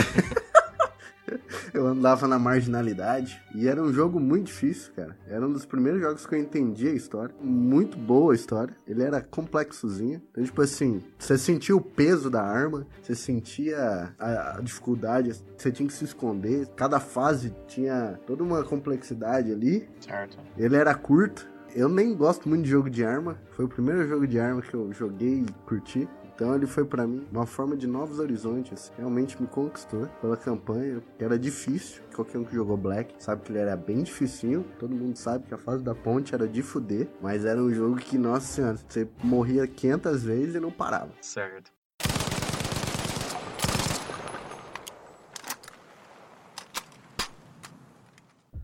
C: Eu andava na marginalidade e era um jogo muito difícil, cara. Era um dos primeiros jogos que eu entendi a história. Muito boa a história. Ele era complexozinho. Então, tipo assim, você sentia o peso da arma, você sentia a, a dificuldade, você tinha que se esconder. Cada fase tinha toda uma complexidade ali.
B: Certo.
C: Ele era curto. Eu nem gosto muito de jogo de arma. Foi o primeiro jogo de arma que eu joguei e curti. Então ele foi pra mim uma forma de novos horizontes. assim. Realmente me conquistou pela campanha, que era difícil. Qualquer um que jogou Black sabe que ele era bem dificinho. Todo mundo sabe que a fase da ponte era de fuder. Mas era um jogo que, nossa senhora, você morria 500 vezes e não parava.
B: Certo.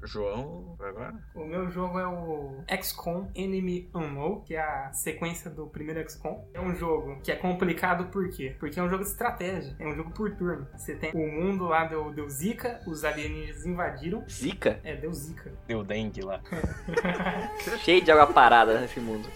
B: João, vai agora?
A: O meu jogo é o XCOM Enemy Unknown, que é a sequência do primeiro XCOM. É um jogo que é complicado por quê? Porque é um jogo de estratégia, é um jogo por turno. Você tem o mundo lá deu, deu zica, os alienígenas invadiram.
D: Zica?
A: É, deu zica.
B: Deu dengue lá.
D: Cheio de água parada nesse mundo.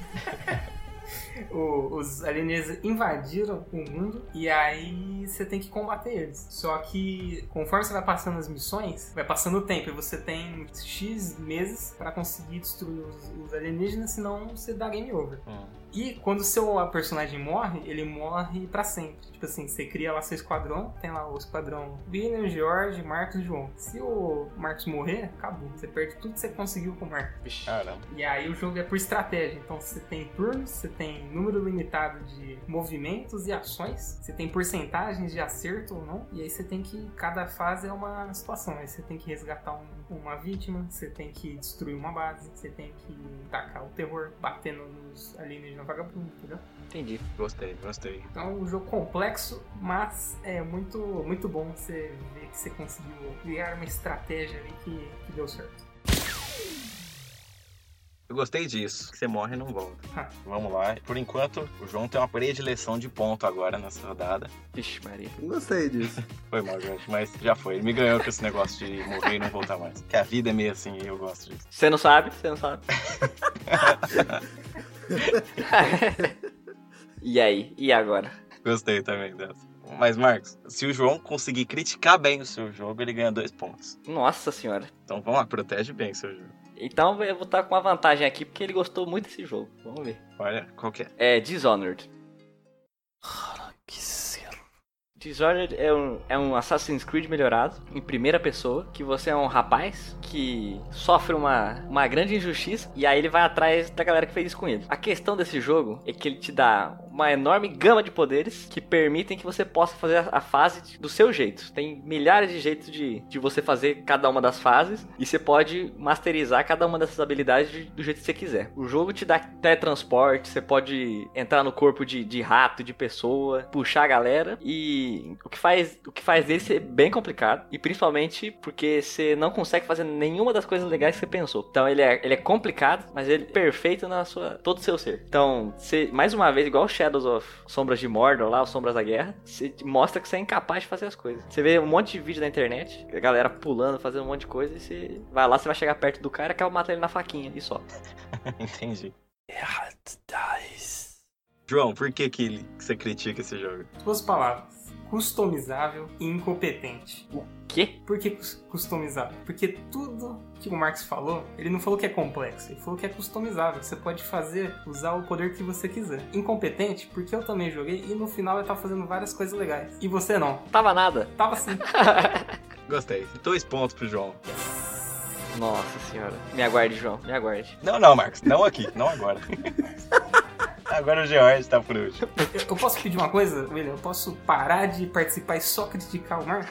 A: O- os alienígenas invadiram o mundo e aí você tem que combater eles. Só que conforme você vai passando as missões, vai passando o tempo e você tem X meses pra conseguir destruir os, os alienígenas, senão você dá game over.
B: Hum,
A: E quando o seu personagem morre, ele morre pra sempre. Tipo assim, você cria lá seu esquadrão, tem lá o esquadrão William, George, Marcos e João. Se o Marcos morrer, acabou. Você perde tudo que você conseguiu com o Marcos.
B: vixe, Caramba.
A: E aí o jogo é por estratégia. Então você tem turnos, você tem número limitado de movimentos e ações, você tem porcentagens de acerto ou não. E aí você tem que. Cada fase é uma situação. Aí você tem que resgatar um- uma vítima, você tem que destruir uma base, você tem que tacar o terror, batendo nos alienígenas vagabundos, entendeu?
D: Entendi.
B: Gostei, gostei.
A: Então é um jogo complexo, mas é muito, muito bom você ver que você conseguiu criar uma estratégia ali que, que deu certo.
B: Eu gostei disso. que Você morre e não volta.
A: Ah.
B: Vamos lá. Por enquanto, o João tem uma predileção de ponto agora nessa rodada.
D: Vixe, Maria.
C: Não gostei disso.
B: Foi mal, gente, mas já foi. Ele me ganhou com esse negócio de morrer e não voltar mais. Que a vida é meio assim e eu gosto disso.
D: Você não sabe? Você não sabe. e aí? E agora?
B: Gostei também dessa. Mas, Marcos, se o João conseguir criticar bem o seu jogo, ele ganha dois pontos.
D: Nossa senhora.
B: Então vamos lá, protege bem o seu jogo.
D: Então eu vou estar com uma vantagem aqui porque ele gostou muito desse jogo. Vamos ver.
B: Olha, qual que é?
D: É Dishonored. Dishonored é um, é um Assassin's Creed melhorado, em primeira pessoa, que você é um rapaz que sofre uma, uma grande injustiça e aí ele vai atrás da galera que fez isso com ele. A questão desse jogo é que ele te dá uma enorme gama de poderes que permitem que você possa fazer a- a fase de- do seu jeito. Tem milhares de jeitos de, de você fazer cada uma das fases e você pode masterizar cada uma dessas habilidades de- do jeito que você quiser. O jogo te dá teletransporte, você pode entrar no corpo de, de rato, de pessoa, puxar a galera e o que faz o que faz dele ser bem complicado e principalmente porque você não consegue fazer nenhuma das coisas legais que você pensou. Então ele é, ele é complicado, mas ele é perfeito na sua todo o seu ser. Então, você mais uma vez igual Shadows of Sombras de Mordor lá, os Sombras da Guerra, você mostra que você é incapaz de fazer as coisas. Você vê um monte de vídeo na internet, a galera pulando, fazendo um monte de coisa e você vai lá, você vai chegar perto do cara e acaba matando ele na faquinha e só.
B: Entendi. João, por que, que ele- que você critica esse jogo?
A: Duas palavras. Customizável e incompetente.
D: Que?
A: Por que cus- customizável? Porque tudo que o Marx falou, ele não falou que é complexo, ele falou que é customizável. Você pode fazer, usar o poder que você quiser. Incompetente, porque eu também joguei e no final eu tava fazendo várias coisas legais. E você não.
D: Tava nada.
A: Tava assim.
B: Gostei. Dois pontos pro João.
D: Nossa senhora. Me aguarde, João. Me aguarde.
B: Não, não, Marcos. Não aqui. Não agora. agora o George tá por último.
A: Eu, eu posso pedir uma coisa, William? Eu posso parar de participar e só criticar o Marx?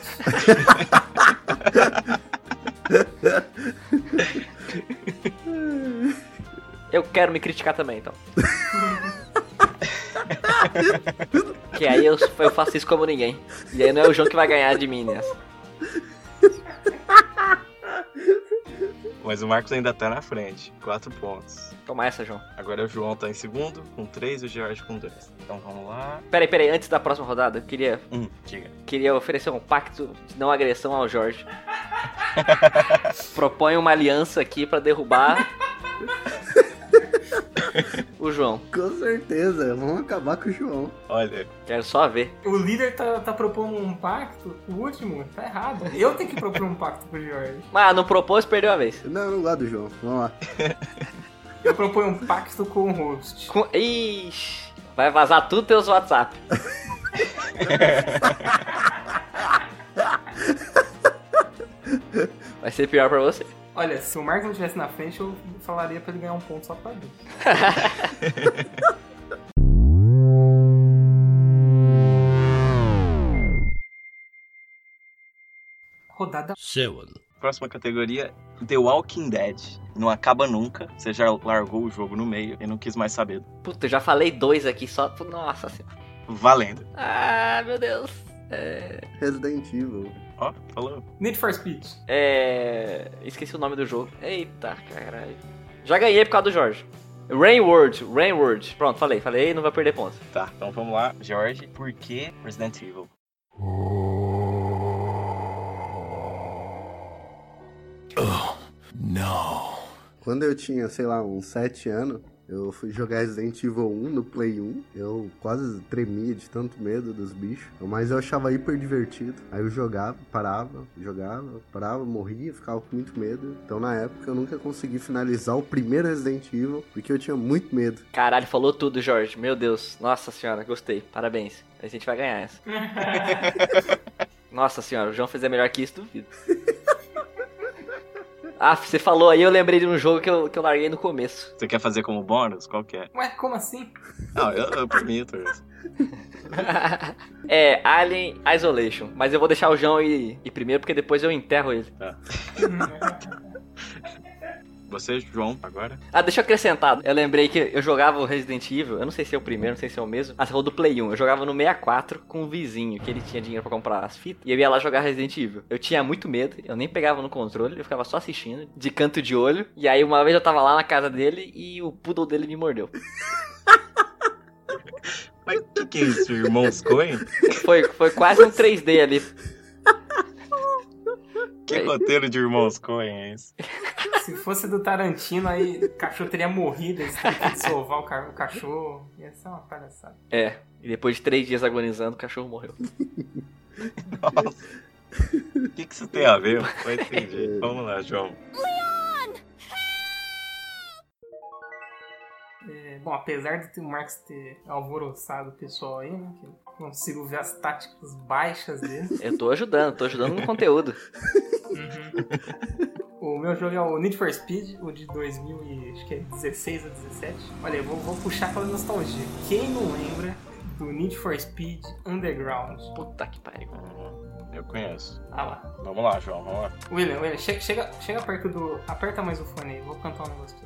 D: Eu quero me criticar também, então. que aí eu, eu faço isso como ninguém. E aí não é o João que vai ganhar de mim nessa.
B: Mas o Marcos ainda tá na frente. Quatro pontos.
D: Toma essa, João.
B: Agora o João tá em segundo, com três, e o George com dois. Então vamos lá.
D: Peraí, peraí, antes da próxima rodada, eu queria,
B: Hum, diga.
D: queria oferecer um pacto de não agressão ao Jorge. Proponho uma aliança aqui pra derrubar o João.
C: Com certeza, vamos acabar com o João.
B: Olha,
D: Quero só ver.
A: O líder tá, tá propondo um pacto, o último tá errado. Eu tenho que propor um pacto pro George.
D: Ah, não propôs, perdeu a vez.
C: Não, eu não gosto do João. Vamos lá.
A: Eu proponho um pacto com o host.
D: Com... Ixi, vai vazar tudo teus WhatsApp. vai ser pior pra você.
A: Olha, se o Marcos não estivesse na frente, eu falaria pra ele ganhar um ponto só pra mim. Rodada
B: Próxima categoria, The Walking Dead. Não acaba nunca. Você já largou o jogo no meio e não quis mais saber.
D: Puta, eu já falei dois aqui só. pro- Nossa senhora.
B: Valendo.
D: Ah, meu Deus. É...
C: Resident Evil.
B: Ó, falou.
A: Need for Speed.
D: é... Esqueci o nome do jogo. Eita, caralho. Já ganhei por causa do Jorge. Rain World, Rain World. Pronto, falei, falei, não vai perder ponto.
B: Tá, então vamos lá, Jorge. Por que Resident Evil?
C: Quando eu tinha, sei lá, uns 7 anos, eu fui jogar Resident Evil 1 no Play 1. Eu quase tremia de tanto medo dos bichos. Mas eu achava hiper divertido. Aí eu jogava, parava, jogava, parava, morria, ficava com muito medo. Então na época eu nunca consegui finalizar o primeiro Resident Evil, porque eu tinha muito medo.
D: Caralho, falou tudo, Jorge. Meu Deus. Nossa senhora, gostei. Parabéns. A gente vai ganhar essa. Nossa senhora, o João fizer melhor que isso, duvido. Ah, você falou aí, eu lembrei de um jogo que eu, que eu larguei no começo.
B: Você quer fazer como bônus? Qual que é?
A: Ué, como assim?
B: Não, eu, eu permito.
D: é, Alien Isolation. Mas eu vou deixar o João ir, ir primeiro, porque depois eu enterro ele.
B: Você, João, agora?
D: Ah, deixa eu acrescentar. Eu lembrei que eu jogava o Resident Evil, eu não sei se é o primeiro, não sei se é o mesmo. Ah, você falou do Play 1. Eu jogava no 64 com um vizinho, que ele tinha dinheiro pra comprar as fitas. E eu ia lá jogar Resident Evil. Eu tinha muito medo, eu nem pegava no controle, eu ficava só assistindo, de canto de olho. E aí uma vez eu tava lá na casa dele e o poodle dele me mordeu.
B: Mas o que, que é isso, irmãos Coen?
D: Foi, foi quase um 3D ali.
B: Que roteiro de irmãos Coen é esse?
A: Se fosse do Tarantino, aí o cachorro teria morrido, eles teriam que sovar o, ca- o cachorro. Ia ser uma palhaçada.
D: É. E depois de três dias agonizando, o cachorro morreu.
B: Nossa. O que, que isso tem a ver? Vai entender. Vamos lá, João.
A: É, bom, apesar de ter- o Marcos ter alvoroçado o pessoal aí, né? Que eu consigo ver as táticas baixas dele.
D: Eu tô ajudando, tô ajudando no conteúdo.
A: Uhum. O meu jogo é o Need for Speed, o de é 2016 a 17. Olha, eu vou, vou puxar pela nostalgia. Quem não lembra do Need for Speed Underground?
D: Puta que pariu.
B: Hum, Eu conheço.
A: Ah lá.
B: Vamos lá, João, vamos lá.
A: William, William, che- chega, chega perto do. Aperta mais o fone aí, vou cantar um negócio aqui.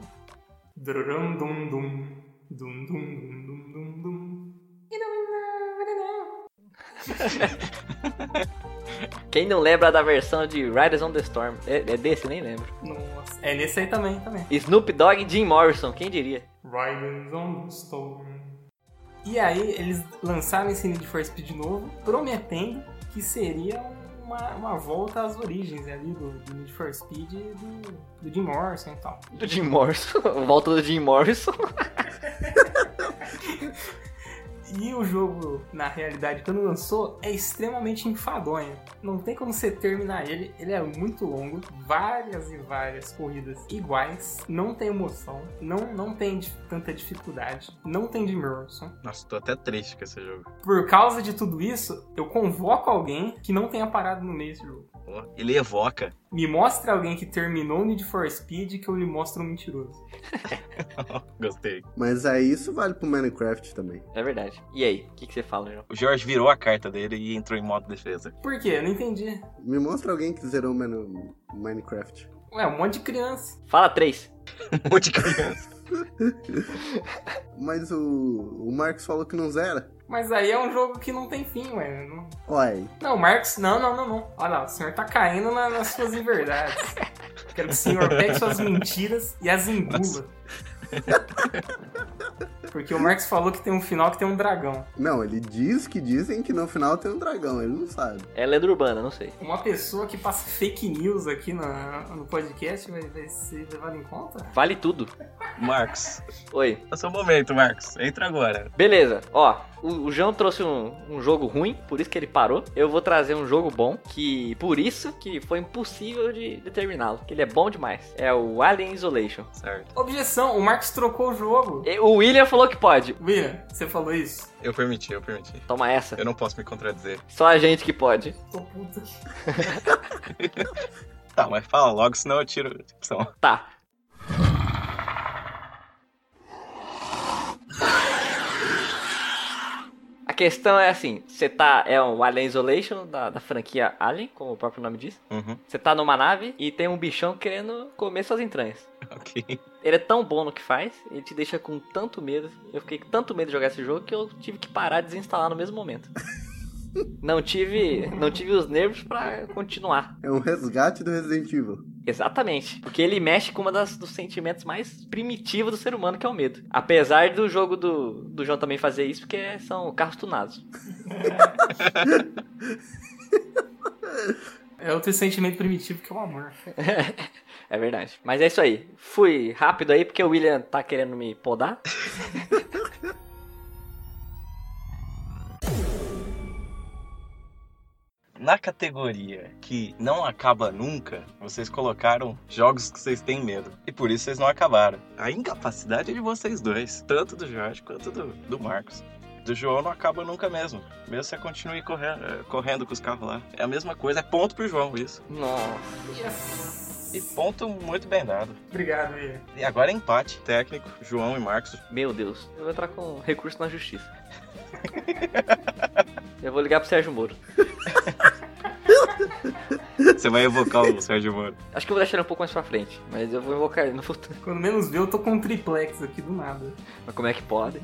A: Drurum dum dum. Dum dum dum dum dum dum.
D: Quem não lembra da versão de Riders on the Storm? É, é desse, nem lembro.
A: Nossa. É nesse aí também, também.
D: Snoop Dogg e Jim Morrison, quem diria?
A: Riders on the Storm. E aí eles lançaram esse Need for Speed novo, prometendo que seria uma, uma volta às origens ali do, do Need for Speed e do, do Jim Morrison e tal.
D: Do Jim Morrison. Volta do Jim Morrison.
A: E o jogo, na realidade, quando lançou, é extremamente enfadonho. Não tem como você terminar ele, ele é muito longo, várias e várias corridas iguais, não tem emoção, não, não tem dif- tanta dificuldade, não tem Jim Morrison.
B: Nossa, tô até triste com esse jogo.
A: Por causa de tudo isso, eu convoco alguém que não tenha parado no meio desse jogo.
B: Ó, Ele evoca.
A: Me mostra alguém que terminou o Need for Speed que eu lhe mostro um mentiroso.
B: Gostei.
C: Mas aí isso vale pro Minecraft também.
D: É verdade. E aí, o que, que você fala, João?
B: O Jorge virou a carta dele e entrou em modo defesa.
A: Por quê? Eu não entendi.
C: Me mostra alguém que zerou o Mine- Minecraft.
A: Ué, um monte de criança.
D: Fala três.
B: Um monte de criança.
C: Mas o, o Marcos falou que não zera.
A: Mas aí é um jogo que não tem fim, ué. Não,
C: Uai,
A: não Marcos, não, não, não, não. Olha lá, o senhor tá caindo na- nas suas inverdades. Quero que o senhor pegue suas mentiras e as engula. Porque o Marcos falou que tem um final que tem um dragão.
C: não, ele diz que dizem que no final tem um dragão, ele não sabe.
D: É lenda urbana, não sei.
A: Uma pessoa que passa fake news aqui na- no podcast vai, vai ser levada em conta?
D: Vale tudo.
B: Marcos,
D: Oi.
B: é o seu momento, Marcos. Entra agora.
D: Beleza, ó. O, o João trouxe um, um jogo ruim, por isso que ele parou. Eu vou trazer um jogo bom, que por isso que foi impossível de determiná-lo. Que ele é bom demais. É o Alien Isolation.
B: Certo.
A: Objeção, o Marcos trocou o jogo.
D: E o William falou que pode.
A: William, você falou isso?
B: Eu permiti, eu permiti.
D: Toma essa.
B: Eu não posso me contradizer.
D: Só a gente que pode.
A: Tô puto.
B: Tá, mas fala logo, senão eu tiro. a opção.
D: Tá. A questão é assim, você tá. É um Alien Isolation da, da franquia Alien, como o próprio nome diz.
B: Uhum,
D: Você tá numa nave e tem um bichão querendo comer suas entranhas.
B: ok.
D: Ele é tão bom no que faz, ele te deixa com tanto medo. Eu fiquei com tanto medo de jogar esse jogo que eu tive que parar de desinstalar no mesmo momento. Não tive, não tive os nervos pra continuar.
C: É um resgate do Resident Evil.
D: Exatamente. Porque ele mexe com um dos sentimentos mais primitivos do ser humano, que é o medo. Apesar do jogo do, do João também fazer isso, porque são carros tunados.
A: É outro sentimento primitivo que é o amor.
D: é verdade. Mas é isso aí. Fui rápido aí, porque o William tá querendo me podar.
B: Na categoria que não acaba nunca, vocês colocaram jogos que vocês têm medo. E por isso vocês não acabaram. A incapacidade é de vocês dois, tanto do Jorge quanto do, do Marcos. Do João não acaba nunca mesmo. Mesmo você continue correndo, correndo com os carros lá. É a mesma coisa, é ponto pro João isso.
D: Nossa.
B: E ponto muito bem dado.
A: Obrigado, Ian.
B: E agora é empate técnico, João e Marcos.
D: Meu Deus. Eu vou entrar com recurso na justiça. Eu vou ligar pro Sérgio Moro.
B: Você vai evocar o Sérgio Moro.
D: Acho que eu vou deixar ele um pouco mais pra frente, mas eu vou invocar ele no futuro.
A: Quando menos vê, eu tô com um triplex aqui do nada.
D: Mas como é que pode?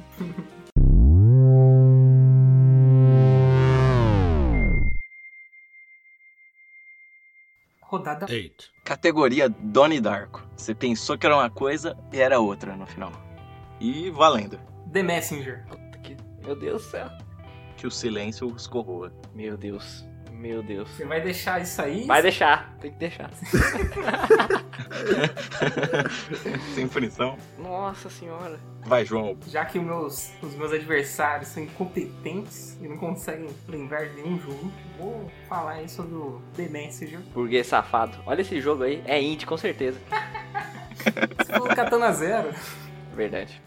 A: Rodada.
B: Categoria Donnie Darko. Você pensou que era uma coisa e era outra no final. E valendo.
A: The Messenger.
D: Puta que... Meu Deus do céu.
B: Que o silêncio os corroa.
D: Meu Deus. Meu Deus.
A: Você vai deixar isso aí?
D: Vai deixar, tem que deixar.
B: Sem frição.
D: Nossa senhora.
B: Vai, João.
A: Já que os meus, os meus adversários são incompetentes e não conseguem lembrar de nenhum jogo, vou falar aí sobre o The Messenger.
D: Burguês safado. Olha esse jogo aí, é indie com certeza.
A: Se for o Katana é Zero,
D: Verdade.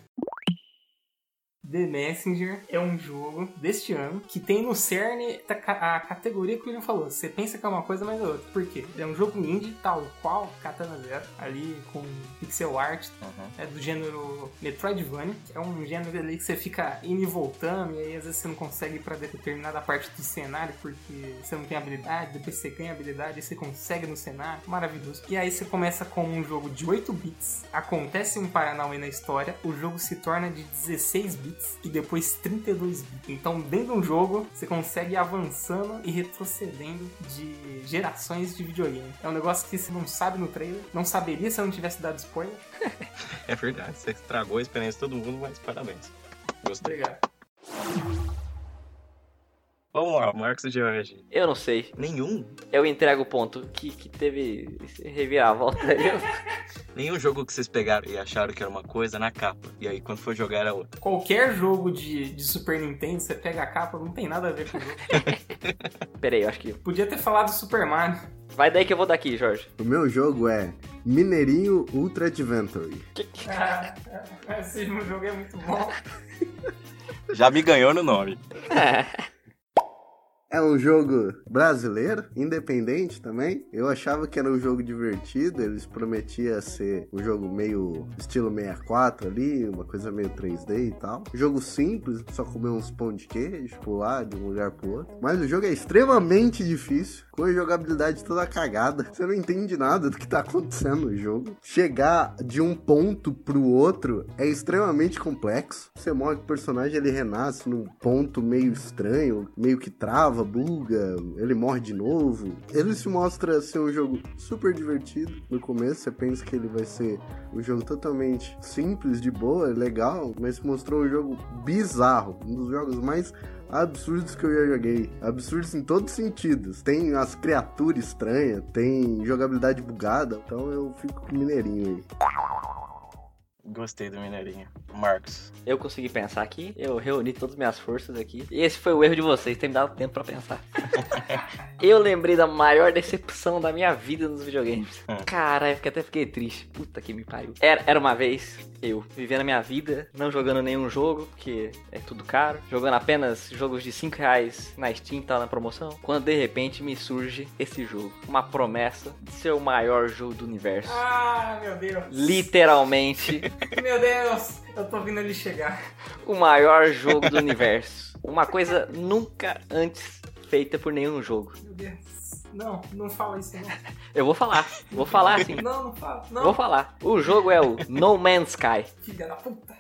A: The Messenger é um jogo deste ano que tem no cerne ta- ca- a categoria que o William falou. Você pensa que é uma coisa, mas é outra. Por quê? Ele é um jogo indie, tal qual Katana Zero, ali com pixel art,
B: Uhum.
A: é do gênero Metroidvania. que É um gênero ali que você fica indo e voltando, e aí às vezes você não consegue ir pra determinada parte do cenário porque você não tem habilidade, depois você ganha habilidade e você consegue no cenário. Maravilhoso. E aí você começa com um jogo de 8 bits, acontece um Paranauê na história, o jogo se torna de 16 bits e depois 32 bits. Então, dentro de um jogo, você consegue ir avançando e retrocedendo de gerações de videogame. É um negócio que você não sabe no trailer, não saberia se eu não tivesse dado spoiler.
B: É verdade, você estragou a experiência de todo mundo, mas parabéns. Gostei.
A: Obrigado.
B: Vamos lá, Marcos e Jorge.
D: Eu não sei.
B: Nenhum,
D: Eu entrego o ponto que, que teve esse reviravolta aí. Eu-
B: nenhum jogo que vocês pegaram e acharam que era uma coisa na capa. E aí, quando for jogar, é era outra.
A: Qualquer jogo de, de Super Nintendo, você pega a capa, não tem nada a ver com o jogo.
D: Pera aí, eu acho que.
A: Podia ter falado Super Mario.
D: Vai daí que eu vou daqui, Jorge.
C: O meu jogo é Mineirinho Ultra Adventure.
A: Ah, esse jogo é muito bom.
B: Já me ganhou no nome.
C: É um jogo brasileiro, independente também. Eu achava que era um jogo divertido, eles prometiam ser um jogo meio estilo 64 ali, uma coisa meio 3D e tal. Jogo simples, só comer uns pão de queijo, pular de um lugar pro outro. Mas o jogo é extremamente difícil, com a jogabilidade toda cagada. Você não entende nada do que tá acontecendo no jogo. Chegar de um ponto pro outro é extremamente complexo. Você morre com o personagem, ele renasce num ponto meio estranho, meio que trava, buga, ele morre de novo. Ele se mostra ser um jogo super divertido no começo, você pensa que ele vai ser um jogo totalmente simples, de boa, legal, mas mostrou um jogo bizarro, um dos jogos mais absurdos que eu já joguei. Absurdos em todos os sentidos. Tem as criaturas estranhas, tem jogabilidade bugada, então eu fico com o mineirinho aí.
B: Gostei do Mineirinho. Marcos.
D: Eu consegui pensar aqui, eu reuni todas as minhas forças aqui. E esse foi o erro de vocês, tem me dado tempo pra pensar. Eu lembrei da maior decepção da minha vida nos videogames. Caralho, fiquei- até fiquei triste. Puta que me pariu. Era, era uma vez eu vivendo a minha vida, não jogando nenhum jogo, porque é tudo caro. Jogando apenas jogos de 5 reais na Steam, tá na promoção. Quando de repente me surge esse jogo. Uma promessa de ser o maior jogo do universo.
A: Ah, meu Deus.
D: Literalmente.
A: Meu Deus, eu tô vindo ele chegar.
D: o maior jogo do universo. Uma coisa nunca antes feita por nenhum jogo.
A: Meu Deus. Não, não fala isso não.
D: Eu vou falar, vou falar assim.
A: Não, não fala. Não,
D: Vou falar. O jogo é o No Man's Sky.
A: filha da puta.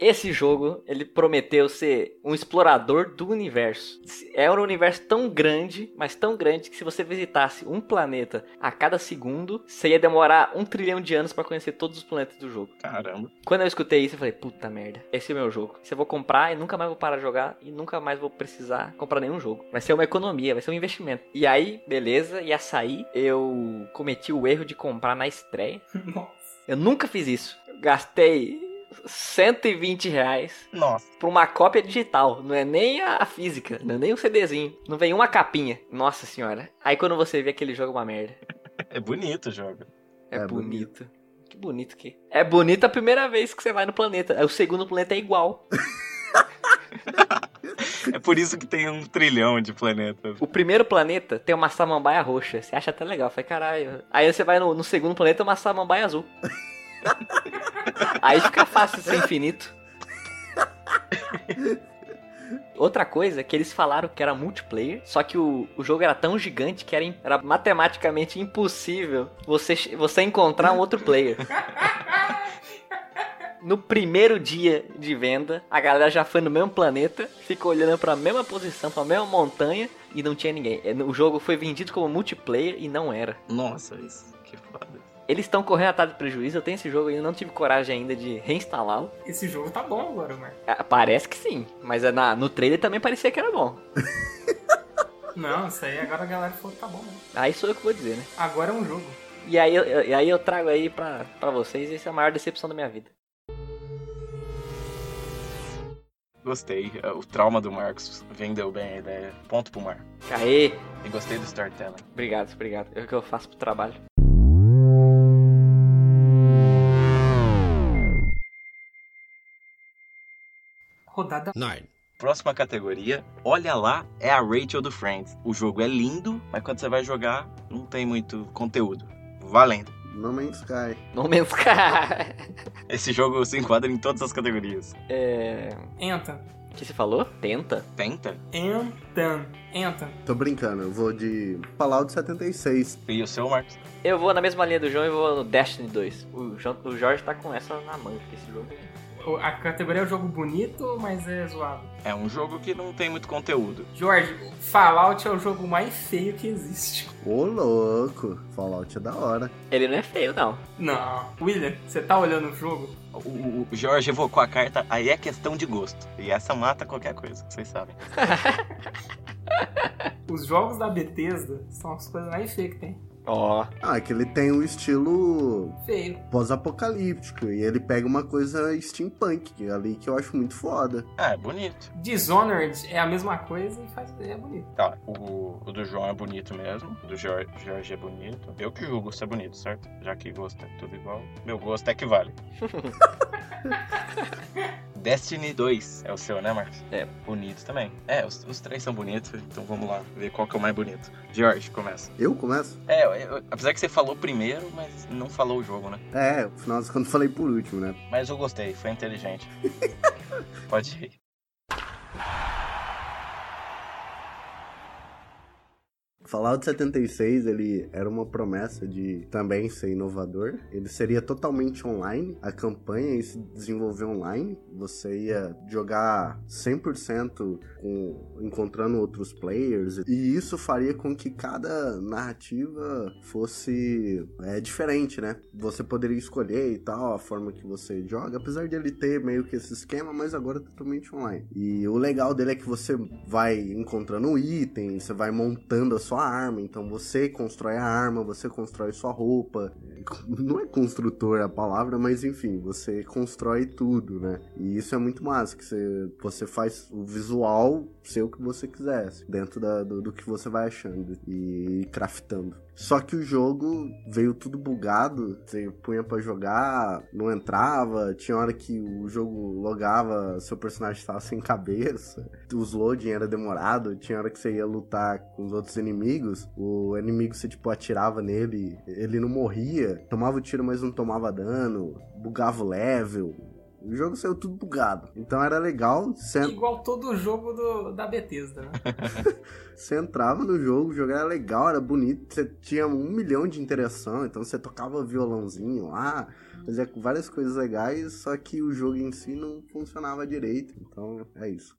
D: Esse jogo, ele prometeu ser um explorador do universo. É um universo tão grande, mas tão grande que se você visitasse um planeta a cada segundo, você ia demorar um trilhão de anos pra conhecer todos os planetas do jogo.
B: Caramba.
D: Quando eu escutei isso, eu falei, puta merda, esse é o meu jogo. Esse eu vou comprar e nunca mais vou parar de jogar e nunca mais vou precisar comprar nenhum jogo. Vai ser uma economia, vai ser um investimento. E aí, beleza, ia sair, eu cometi o erro de comprar na estreia.
A: Nossa.
D: Eu nunca fiz isso. Eu gastei 120 reais
B: Nossa.
D: por uma cópia digital. Não é nem a a física, não é nem um CDzinho. Não vem uma capinha. Nossa senhora. Aí quando você vê aquele jogo é uma merda.
B: É bonito o jogo.
D: É,
C: É
D: bonito. Que bonito que. É bonito a primeira vez que você vai no planeta. Aí O segundo planeta é igual.
B: É por isso que tem um trilhão de planetas.
D: O primeiro planeta tem uma samambaia roxa. Você acha até legal. Fala, caralho. Aí você vai no, no segundo planeta, uma samambaia azul. Aí fica fácil ser infinito. Outra coisa é que eles falaram que era multiplayer, só que o, o jogo era tão gigante que era, im- era matematicamente impossível você, che- você encontrar um outro player. No primeiro dia de venda, a galera já foi no mesmo planeta, ficou olhando pra mesma posição, pra mesma montanha e não tinha ninguém. É, O jogo foi vendido como multiplayer e não era.
B: Nossa, isso. Que foda.
D: Eles estão correndo atrás do prejuízo, eu tenho esse jogo e eu não tive coragem ainda de reinstalá-lo.
A: Esse jogo tá bom agora, mano.
D: Ah, Parece que sim, mas é na- no trailer também parecia que era bom.
A: Não, isso aí agora a galera falou que tá bom, mano.
D: Aí sou eu que vou dizer, né?
A: Agora é um jogo.
D: E aí, eu- eu- e aí eu trago aí pra, pra vocês, essa é a maior decepção da minha vida.
B: Gostei. É, O trauma do Marcos vendeu bem a ideia. Ponto pro Marcos.
D: Aê!
B: E gostei do storytelling.
D: Obrigado, obrigado. É o que eu faço pro trabalho.
A: Rodada.
I: nine,
B: Próxima categoria, olha lá, é a Rachel do Friends. O jogo é lindo, mas quando você vai jogar, não tem muito conteúdo. Valendo.
C: No Man's Sky.
D: No Man's Sky.
B: Esse jogo se enquadra em todas as categorias.
D: É...
A: Enta.
D: O que você falou? Tenta?
B: Tenta.
A: Enta. Enta.
C: Tô brincando, eu vou de Fallout 76.
B: E o seu, Marcos?
D: Eu vou na mesma linha do João e vou no Destiny 2. O, João- o Jorge tá com essa na manga, porque esse jogo é...
A: O- A categoria é um jogo bonito, mas é zoado.
B: É um jogo que não tem muito conteúdo.
A: Jorge, Fallout é o jogo mais feio que existe.
C: Ô, louco. Fallout é da hora.
D: Ele não é feio, não.
A: Não. William, você tá olhando o jogo?
B: O, o- o Jorge evocou a carta, aí é questão de gosto. E essa mata qualquer coisa, vocês sabem.
A: Os jogos da Bethesda são as coisas mais feias que tem.
D: Ó.
C: Ah, é que ele tem um estilo
A: Feio.
C: pós-apocalíptico. E ele pega uma coisa steampunk ali que eu acho muito foda.
B: Ah, é bonito.
A: Dishonored é a mesma coisa e faz é bonito.
B: Tá, o, o do João é bonito mesmo. O do Jor- Jorge é bonito. Eu que julgo se é bonito, certo? Já que gosto é tudo igual. Meu gosto é que vale. Destiny 2 é o seu, né, Marcos?
D: É.
B: Bonito também. É, os, os três são bonitos, então vamos lá ver qual que é o mais bonito. Jorge, começa.
C: Eu começo?
B: É, eu- eu- apesar que você falou primeiro, mas não falou o jogo, né?
C: É, afinal de contas falei por último, né?
B: Mas eu gostei, foi inteligente. Pode ir.
C: Fallout 76, ele era uma promessa de também ser inovador. Ele seria totalmente online, a campanha ia se desenvolver online. Você ia jogar 100% com encontrando outros players e isso faria com que cada narrativa fosse é, diferente, né? Você poderia escolher e tal a forma que você joga, apesar de ele ter meio que esse esquema, mas agora é totalmente online. E o legal dele é que você vai encontrando um item, você vai montando a sua só a arma, então você constrói a arma, você constrói sua roupa. Não é construtor a palavra, mas enfim, você constrói tudo, né? E isso é muito massa, que você, você faz o visual ser o que você quisesse, dentro da- do, do que você vai achando e craftando. Só que o jogo veio tudo bugado, você punha pra jogar, não entrava, tinha hora que o jogo logava, seu personagem tava sem cabeça os loading era demorado, tinha hora que você ia lutar com os outros inimigos, o inimigo você tipo atirava nele, ele não morria, tomava o tiro, mas não tomava dano, bugava o level. O jogo saiu tudo bugado. Então era legal, você
A: Igual todo jogo do, da Bethesda, né?
C: você entrava no jogo, o jogo era legal, era bonito, você tinha um milhão de interação, então você tocava violãozinho lá, fazia várias coisas legais, só que o jogo em si não funcionava direito. Então é isso.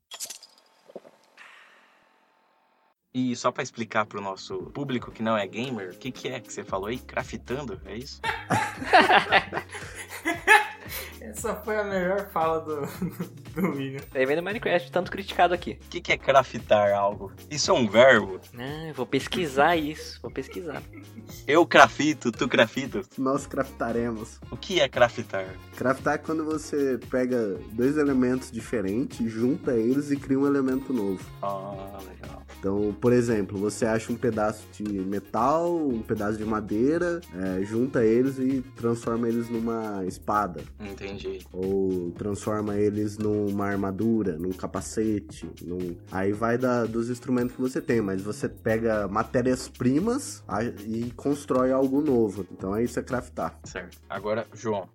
B: E só pra explicar pro nosso público que não é gamer, o que, que é que você falou aí? Craftando? É isso?
A: Essa foi a melhor fala do, do William.
D: Aí vem no Minecraft, tanto criticado aqui.
B: O que, que é craftar algo? Isso é um verbo?
D: Ah, eu vou pesquisar isso, vou pesquisar.
B: Eu crafito, tu crafito.
C: Nós craftaremos.
B: O que é craftar?
C: Craftar é quando você pega dois elementos diferentes, junta eles e cria um elemento novo.
B: Ah, legal.
C: Então, por exemplo, você acha um pedaço de metal, um pedaço de madeira, é, junta eles e transforma eles numa espada.
B: Entendi.
C: Ou transforma eles numa armadura, num capacete. Num... Aí vai da- dos instrumentos que você tem, mas você pega matérias-primas a- e constrói algo novo. Então, é isso é craftar.
B: Certo. Agora, João.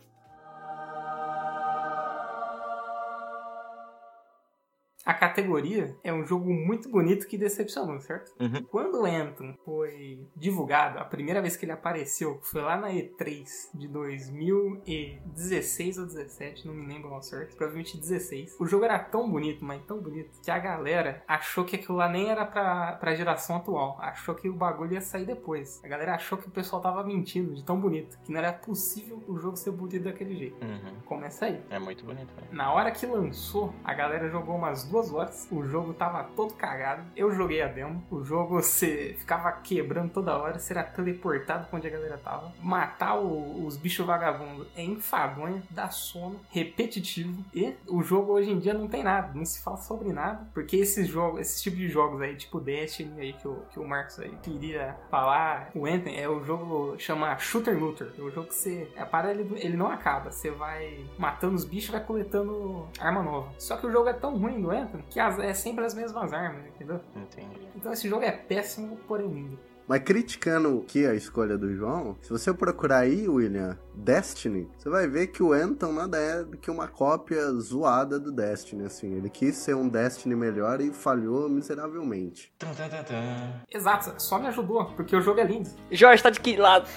A: A categoria é um jogo muito bonito que decepcionou, certo?
B: Uhum.
A: Quando o Anthem foi divulgado, a primeira vez que ele apareceu foi lá na E3 de 2016 ou 17, não me lembro ao certo, provavelmente 16. O jogo era tão bonito, mas tão bonito, que a galera achou que aquilo lá nem era pra, pra geração atual, achou que o bagulho ia sair depois. A galera achou que o pessoal tava mentindo de tão bonito, que não era possível o jogo ser bonito daquele jeito.
B: Uhum.
A: Começa aí.
B: É muito bonito, né?
A: Na hora que lançou, a galera jogou umas duas horas. O jogo tava todo cagado. Eu joguei a demo. O jogo você ficava quebrando toda hora. Você era teleportado pra onde a galera tava. Matar o- os bichos vagabundos é enfadonho, dá sono, repetitivo. E o jogo hoje em dia não tem nada. Não se fala sobre nada. Porque esses jogos, esse tipo de jogos aí, tipo Destiny aí que o, que o Marcos aí queria falar, o Anthem é o jogo chama Shooter Looter. É o jogo que você. A parada ele, ele não acaba. Você vai matando os bichos e vai coletando arma nova. Só que o jogo é tão ruim do Anthem que as- é sempre as mesmas armas, entendeu?
B: Entendi.
A: Então esse jogo é péssimo, porém lindo.
C: Mas criticando aqui a escolha do João, se você procurar aí, William, Destiny, você vai ver que o Anton nada é do que uma cópia zoada do Destiny, assim. Ele quis ser um Destiny melhor e falhou miseravelmente.
B: Tum, tum, tum, tum.
A: Exato, só me ajudou, porque o jogo é lindo.
D: Jorge tá de que lado?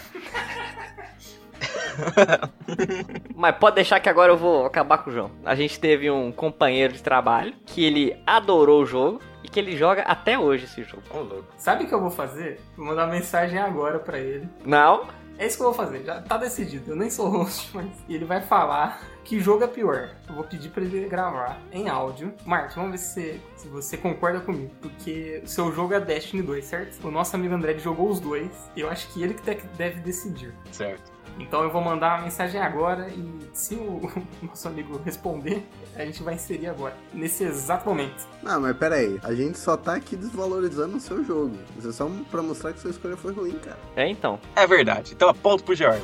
D: Mas pode deixar que agora eu vou acabar com o João. A gente teve um companheiro de trabalho que ele adorou o jogo e que ele joga até hoje esse jogo.
B: Ô, louco.
A: Sabe o que eu vou fazer? Vou mandar uma mensagem agora pra ele.
D: Não?
A: É isso que eu vou fazer, já tá decidido. Eu nem sou host, mas ele vai falar que jogo é pior. Eu vou pedir pra ele gravar em áudio. Marcos, vamos ver se, se você concorda comigo, porque o seu jogo é Destiny 2, certo? O nosso amigo André jogou os dois, eu acho que ele que te- deve decidir.
B: Certo.
A: Então eu vou mandar uma mensagem agora e se o nosso amigo responder, a gente vai inserir agora, nesse exato momento.
C: Não, mas pera aí, a gente só tá aqui desvalorizando o seu jogo. Isso é só pra mostrar que sua escolha foi ruim, cara.
D: É então.
B: É verdade. Então, ponto pro Jorge.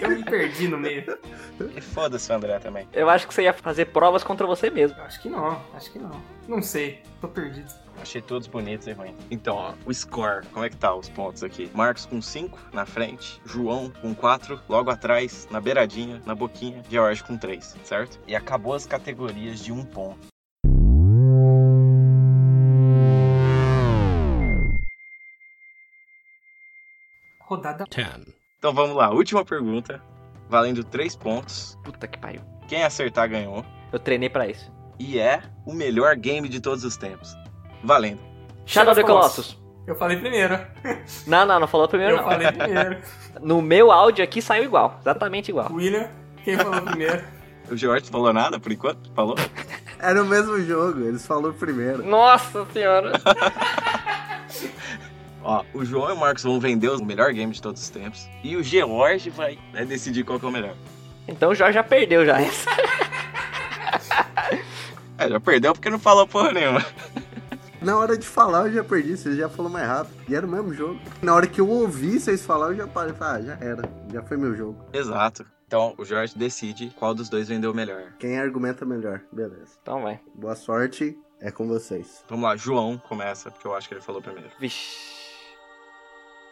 A: Eu me perdi no meio.
B: E foda-se o André também.
D: Eu acho que você ia fazer provas contra você mesmo.
A: Eu acho que não, acho que não. Não sei, tô perdido.
B: Achei todos bonitos e ruins. Então, ó, o score. Como é que tá os pontos aqui? Marcos com 5 na frente, João com 4, logo atrás, na beiradinha, na boquinha, George com 3, certo? E acabou as categorias de um ponto.
A: Rodada
B: Então vamos lá, última pergunta, valendo 3 pontos.
D: Puta que pariu.
B: Quem acertar ganhou.
D: Eu treinei pra isso.
B: E é o melhor game de todos os tempos. Valendo.
D: Shadow of the Colossus.
A: Eu falei primeiro.
D: Não, não, não falou primeiro
A: Eu
D: não.
A: falei primeiro.
D: No meu áudio aqui saiu igual, exatamente igual.
A: William, quem falou primeiro?
B: O George falou nada por enquanto? Falou?
C: Era o mesmo jogo, eles falaram primeiro.
D: Nossa senhora.
B: Ó, o João e o Marcos vão vender o melhor game de todos os tempos. E o George vai, vai decidir qual que é o melhor.
D: Então o Jorge já perdeu já essa.
B: É, já perdeu porque não falou porra nenhuma.
C: Na hora de falar eu já perdi, vocês já falaram mais rápido. E era o mesmo jogo. Na hora que eu ouvi vocês falar, eu já parei. Falei, ah, já era. Já foi meu jogo.
B: Exato. Então o Jorge decide qual dos dois vendeu melhor.
C: Quem argumenta melhor. Beleza.
D: Então vai.
C: Boa sorte. É com vocês.
B: Vamos lá, João começa, porque eu acho que ele falou primeiro.
D: Vixe.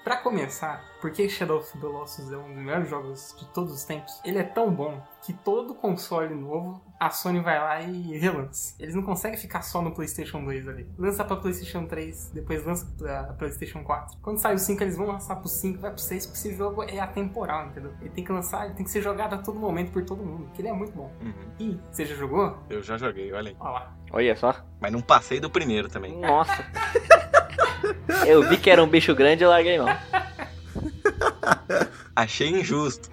A: Pra começar, por que Shadow of the Colossus é um dos melhores jogos de todos os tempos? Ele é tão bom que todo console novo, a Sony vai lá e relança. Eles não conseguem ficar só no PlayStation 2 ali. Lança pra PlayStation 3, depois lança pra PlayStation 4. Quando sai o 5, eles vão lançar pro 5, vai pro 6, porque esse jogo é atemporal, entendeu? Ele tem que lançar, ele tem que ser jogado a todo momento por todo mundo, que ele é muito bom.
B: Uhum.
A: E, você já jogou?
B: Eu já joguei, olha aí.
A: Olha lá.
D: Olha só.
B: Mas não passei do primeiro também.
D: Nossa. Eu vi que era um bicho grande e larguei mão.
B: Achei injusto.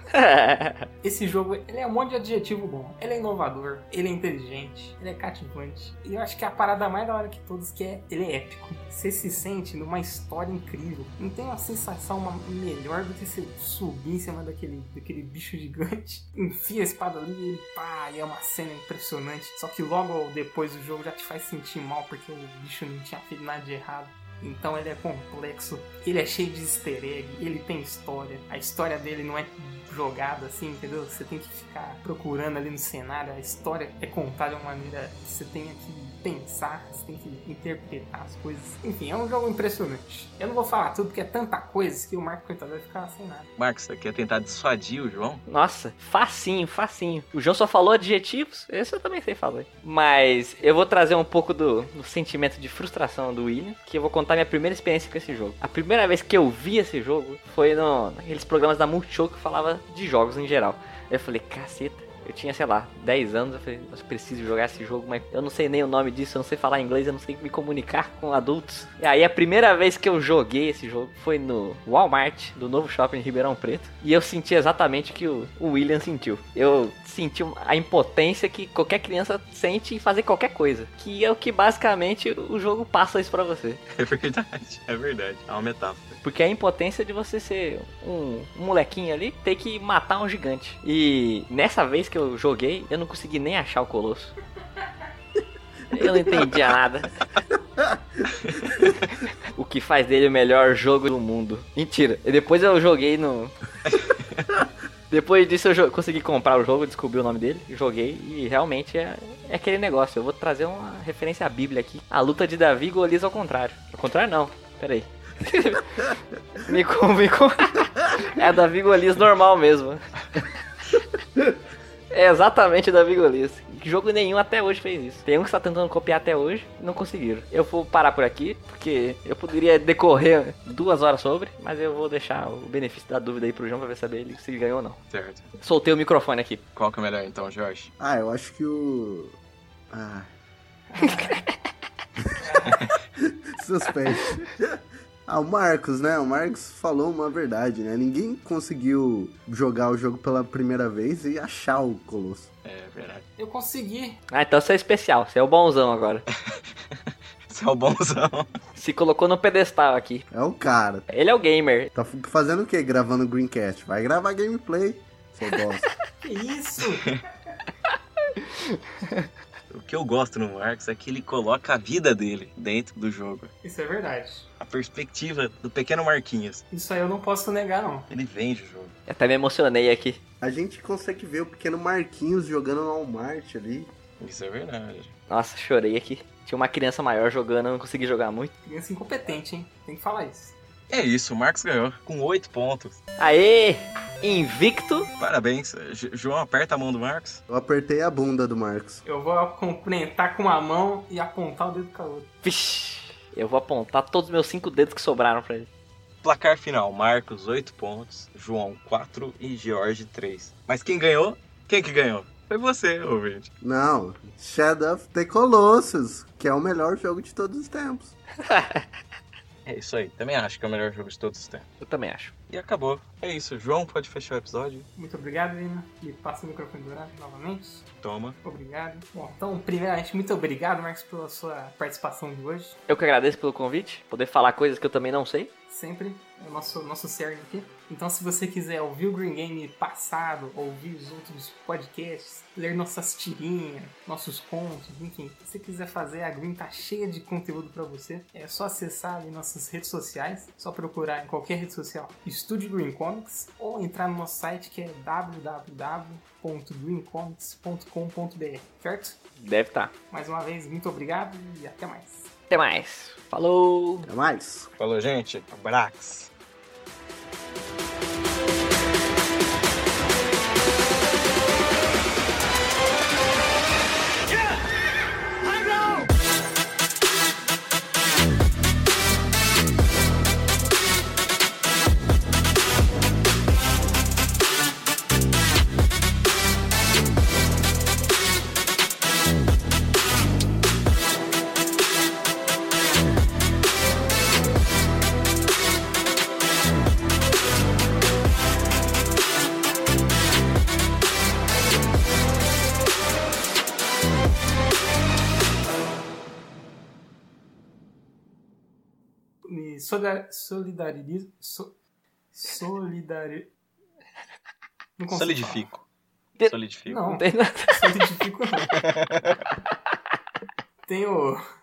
A: Esse jogo, ele é um monte de adjetivo bom. Ele é inovador, ele é inteligente, ele é cativante. E eu acho que é a parada mais da hora que todos que é, ele é épico. Você se sente numa história incrível. Não tem uma sensação ma- melhor do que você subir em cima daquele, daquele bicho gigante. Enfia a espada ali e ele pá, e é uma cena impressionante. Só que logo depois o jogo já te faz sentir mal porque o bicho não tinha feito nada de errado. Então ele é complexo, ele é cheio de easter egg, ele tem história. A história dele não é jogada assim, entendeu? Você tem que ficar procurando ali no cenário. A história é contada de uma maneira que você tem que pensar, você tem que interpretar as coisas. Enfim, é um jogo impressionante. Eu não vou falar tudo porque é tanta coisa que o Marco Coitado vai ficar sem nada.
B: Marcos, você quer tentar dissuadir o João?
D: Nossa, facinho, facinho. O João só falou adjetivos, esse eu também sei fazer. Mas eu vou trazer um pouco do, do sentimento de frustração do William, que eu vou contar minha primeira experiência com esse jogo. A primeira vez que eu vi esse jogo foi no, naqueles programas da Multishow que falava de jogos em geral. Eu falei, caceta. Eu tinha, sei lá, 10 anos, eu falei, eu preciso jogar esse jogo, mas eu não sei nem o nome disso, eu não sei falar inglês, eu não sei me comunicar com adultos. E aí a primeira vez que eu joguei esse jogo foi no Walmart, do novo shopping em Ribeirão Preto, e eu senti exatamente o que o o William sentiu. Eu senti a impotência que qualquer criança sente em fazer qualquer coisa, que é o que basicamente o jogo passa isso pra você.
B: É verdade, é verdade. É uma metáfora.
D: Porque é a impotência de você ser um, um molequinho ali, ter que matar um gigante. E nessa vez que eu joguei, eu não consegui nem achar o colosso. Eu não entendia nada. o que faz dele o melhor jogo do mundo. Mentira. E depois eu joguei no. Depois disso eu jo- consegui comprar o jogo, descobri o nome dele, joguei e realmente é, é aquele negócio. Eu vou trazer uma referência à Bíblia aqui. A luta de Davi e Golias ao contrário. Ao contrário não, peraí. me com, me com... É Davi e Golias normal mesmo. É exatamente da Vigolias. Jogo nenhum até hoje fez isso. Tem um que está tentando copiar até hoje e não conseguiram. Eu vou parar por aqui, porque eu poderia decorrer duas horas sobre, mas eu vou deixar o benefício da dúvida aí pro João pra ver saber ele se ele ganhou ou não.
B: Certo.
D: Soltei o microfone aqui.
B: Qual que é o melhor então, Jorge?
C: Ah, eu acho que o. Ah. Suspense. Ah, o Marcos, né? O Marcos falou uma verdade, né? Ninguém conseguiu jogar o jogo pela primeira vez e achar o Colosso.
B: É verdade.
A: Eu consegui!
D: Ah, então você é especial, você é o bonzão agora.
B: Você é o bonzão.
D: Se colocou no pedestal aqui.
C: É o cara.
D: Ele é o gamer.
C: Tá f- fazendo o quê? Gravando Greencast? Vai gravar gameplay, seu bosta.
A: Que isso?
B: O que eu gosto no Marcos é que ele coloca a vida dele dentro do jogo.
A: isso é verdade.
B: A perspectiva do pequeno Marquinhos.
A: Isso aí eu não posso negar, não.
B: Ele vende o jogo.
D: Eu até me emocionei aqui.
C: A gente consegue ver o pequeno Marquinhos jogando no Walmart ali.
B: Isso é verdade.
D: Nossa, chorei aqui. Tinha uma criança maior jogando, eu não consegui jogar muito.
A: Criança é incompetente, hein? Tem que falar isso.
B: É isso, o Marcos ganhou com oito pontos.
D: Aê! Invicto.
B: Parabéns. J- João, aperta a mão do Marcos.
C: Eu apertei a bunda do Marcos.
A: Eu vou cumprimentar com uma mão e apontar o dedo com a outra.
D: Vixe, eu vou apontar todos os meus cinco dedos que sobraram pra ele.
B: Placar final: Marcos, 8 pontos, João, 4 e George, 3. Mas quem ganhou? Quem que ganhou? Foi você, ouvinte.
C: Não, Shadow of the Colossus, que é o melhor jogo de todos os tempos.
B: É isso aí. Também acho que é o melhor jogo de todos os tempos.
D: Eu também acho.
B: E acabou. É isso. João, pode fechar o episódio?
A: Muito obrigado, Vina. E passa o microfone dourado novamente.
B: Toma.
A: Obrigado. Bom, então, primeiramente, muito obrigado, Marcos, pela sua participação de hoje.
D: Eu que agradeço pelo convite, poder falar coisas que eu também não sei.
A: Sempre é o nosso, nosso cerne aqui. Então, se você quiser ouvir o Green Game passado, ouvir os outros podcasts, ler nossas tirinhas, nossos contos, enfim, se você quiser fazer, a Green tá cheia de conteúdo para você. É só acessar ali nossas redes sociais, só procurar em qualquer rede social Estúdio Green Comics ou entrar no nosso site que é www.greencomics.com.br, certo?
D: Deve estar. Tá.
A: Mais uma vez, muito obrigado e até mais.
D: Até mais. Falou!
C: Até É mais.
B: Falou, gente. Abrax.
A: Me solidar, solidarizo. So, solidari... Não consigo
B: Solidifico.
D: De-
B: Solidifico.
A: falar. Não,
D: Não tem nada.
A: solidifico não. Tem o.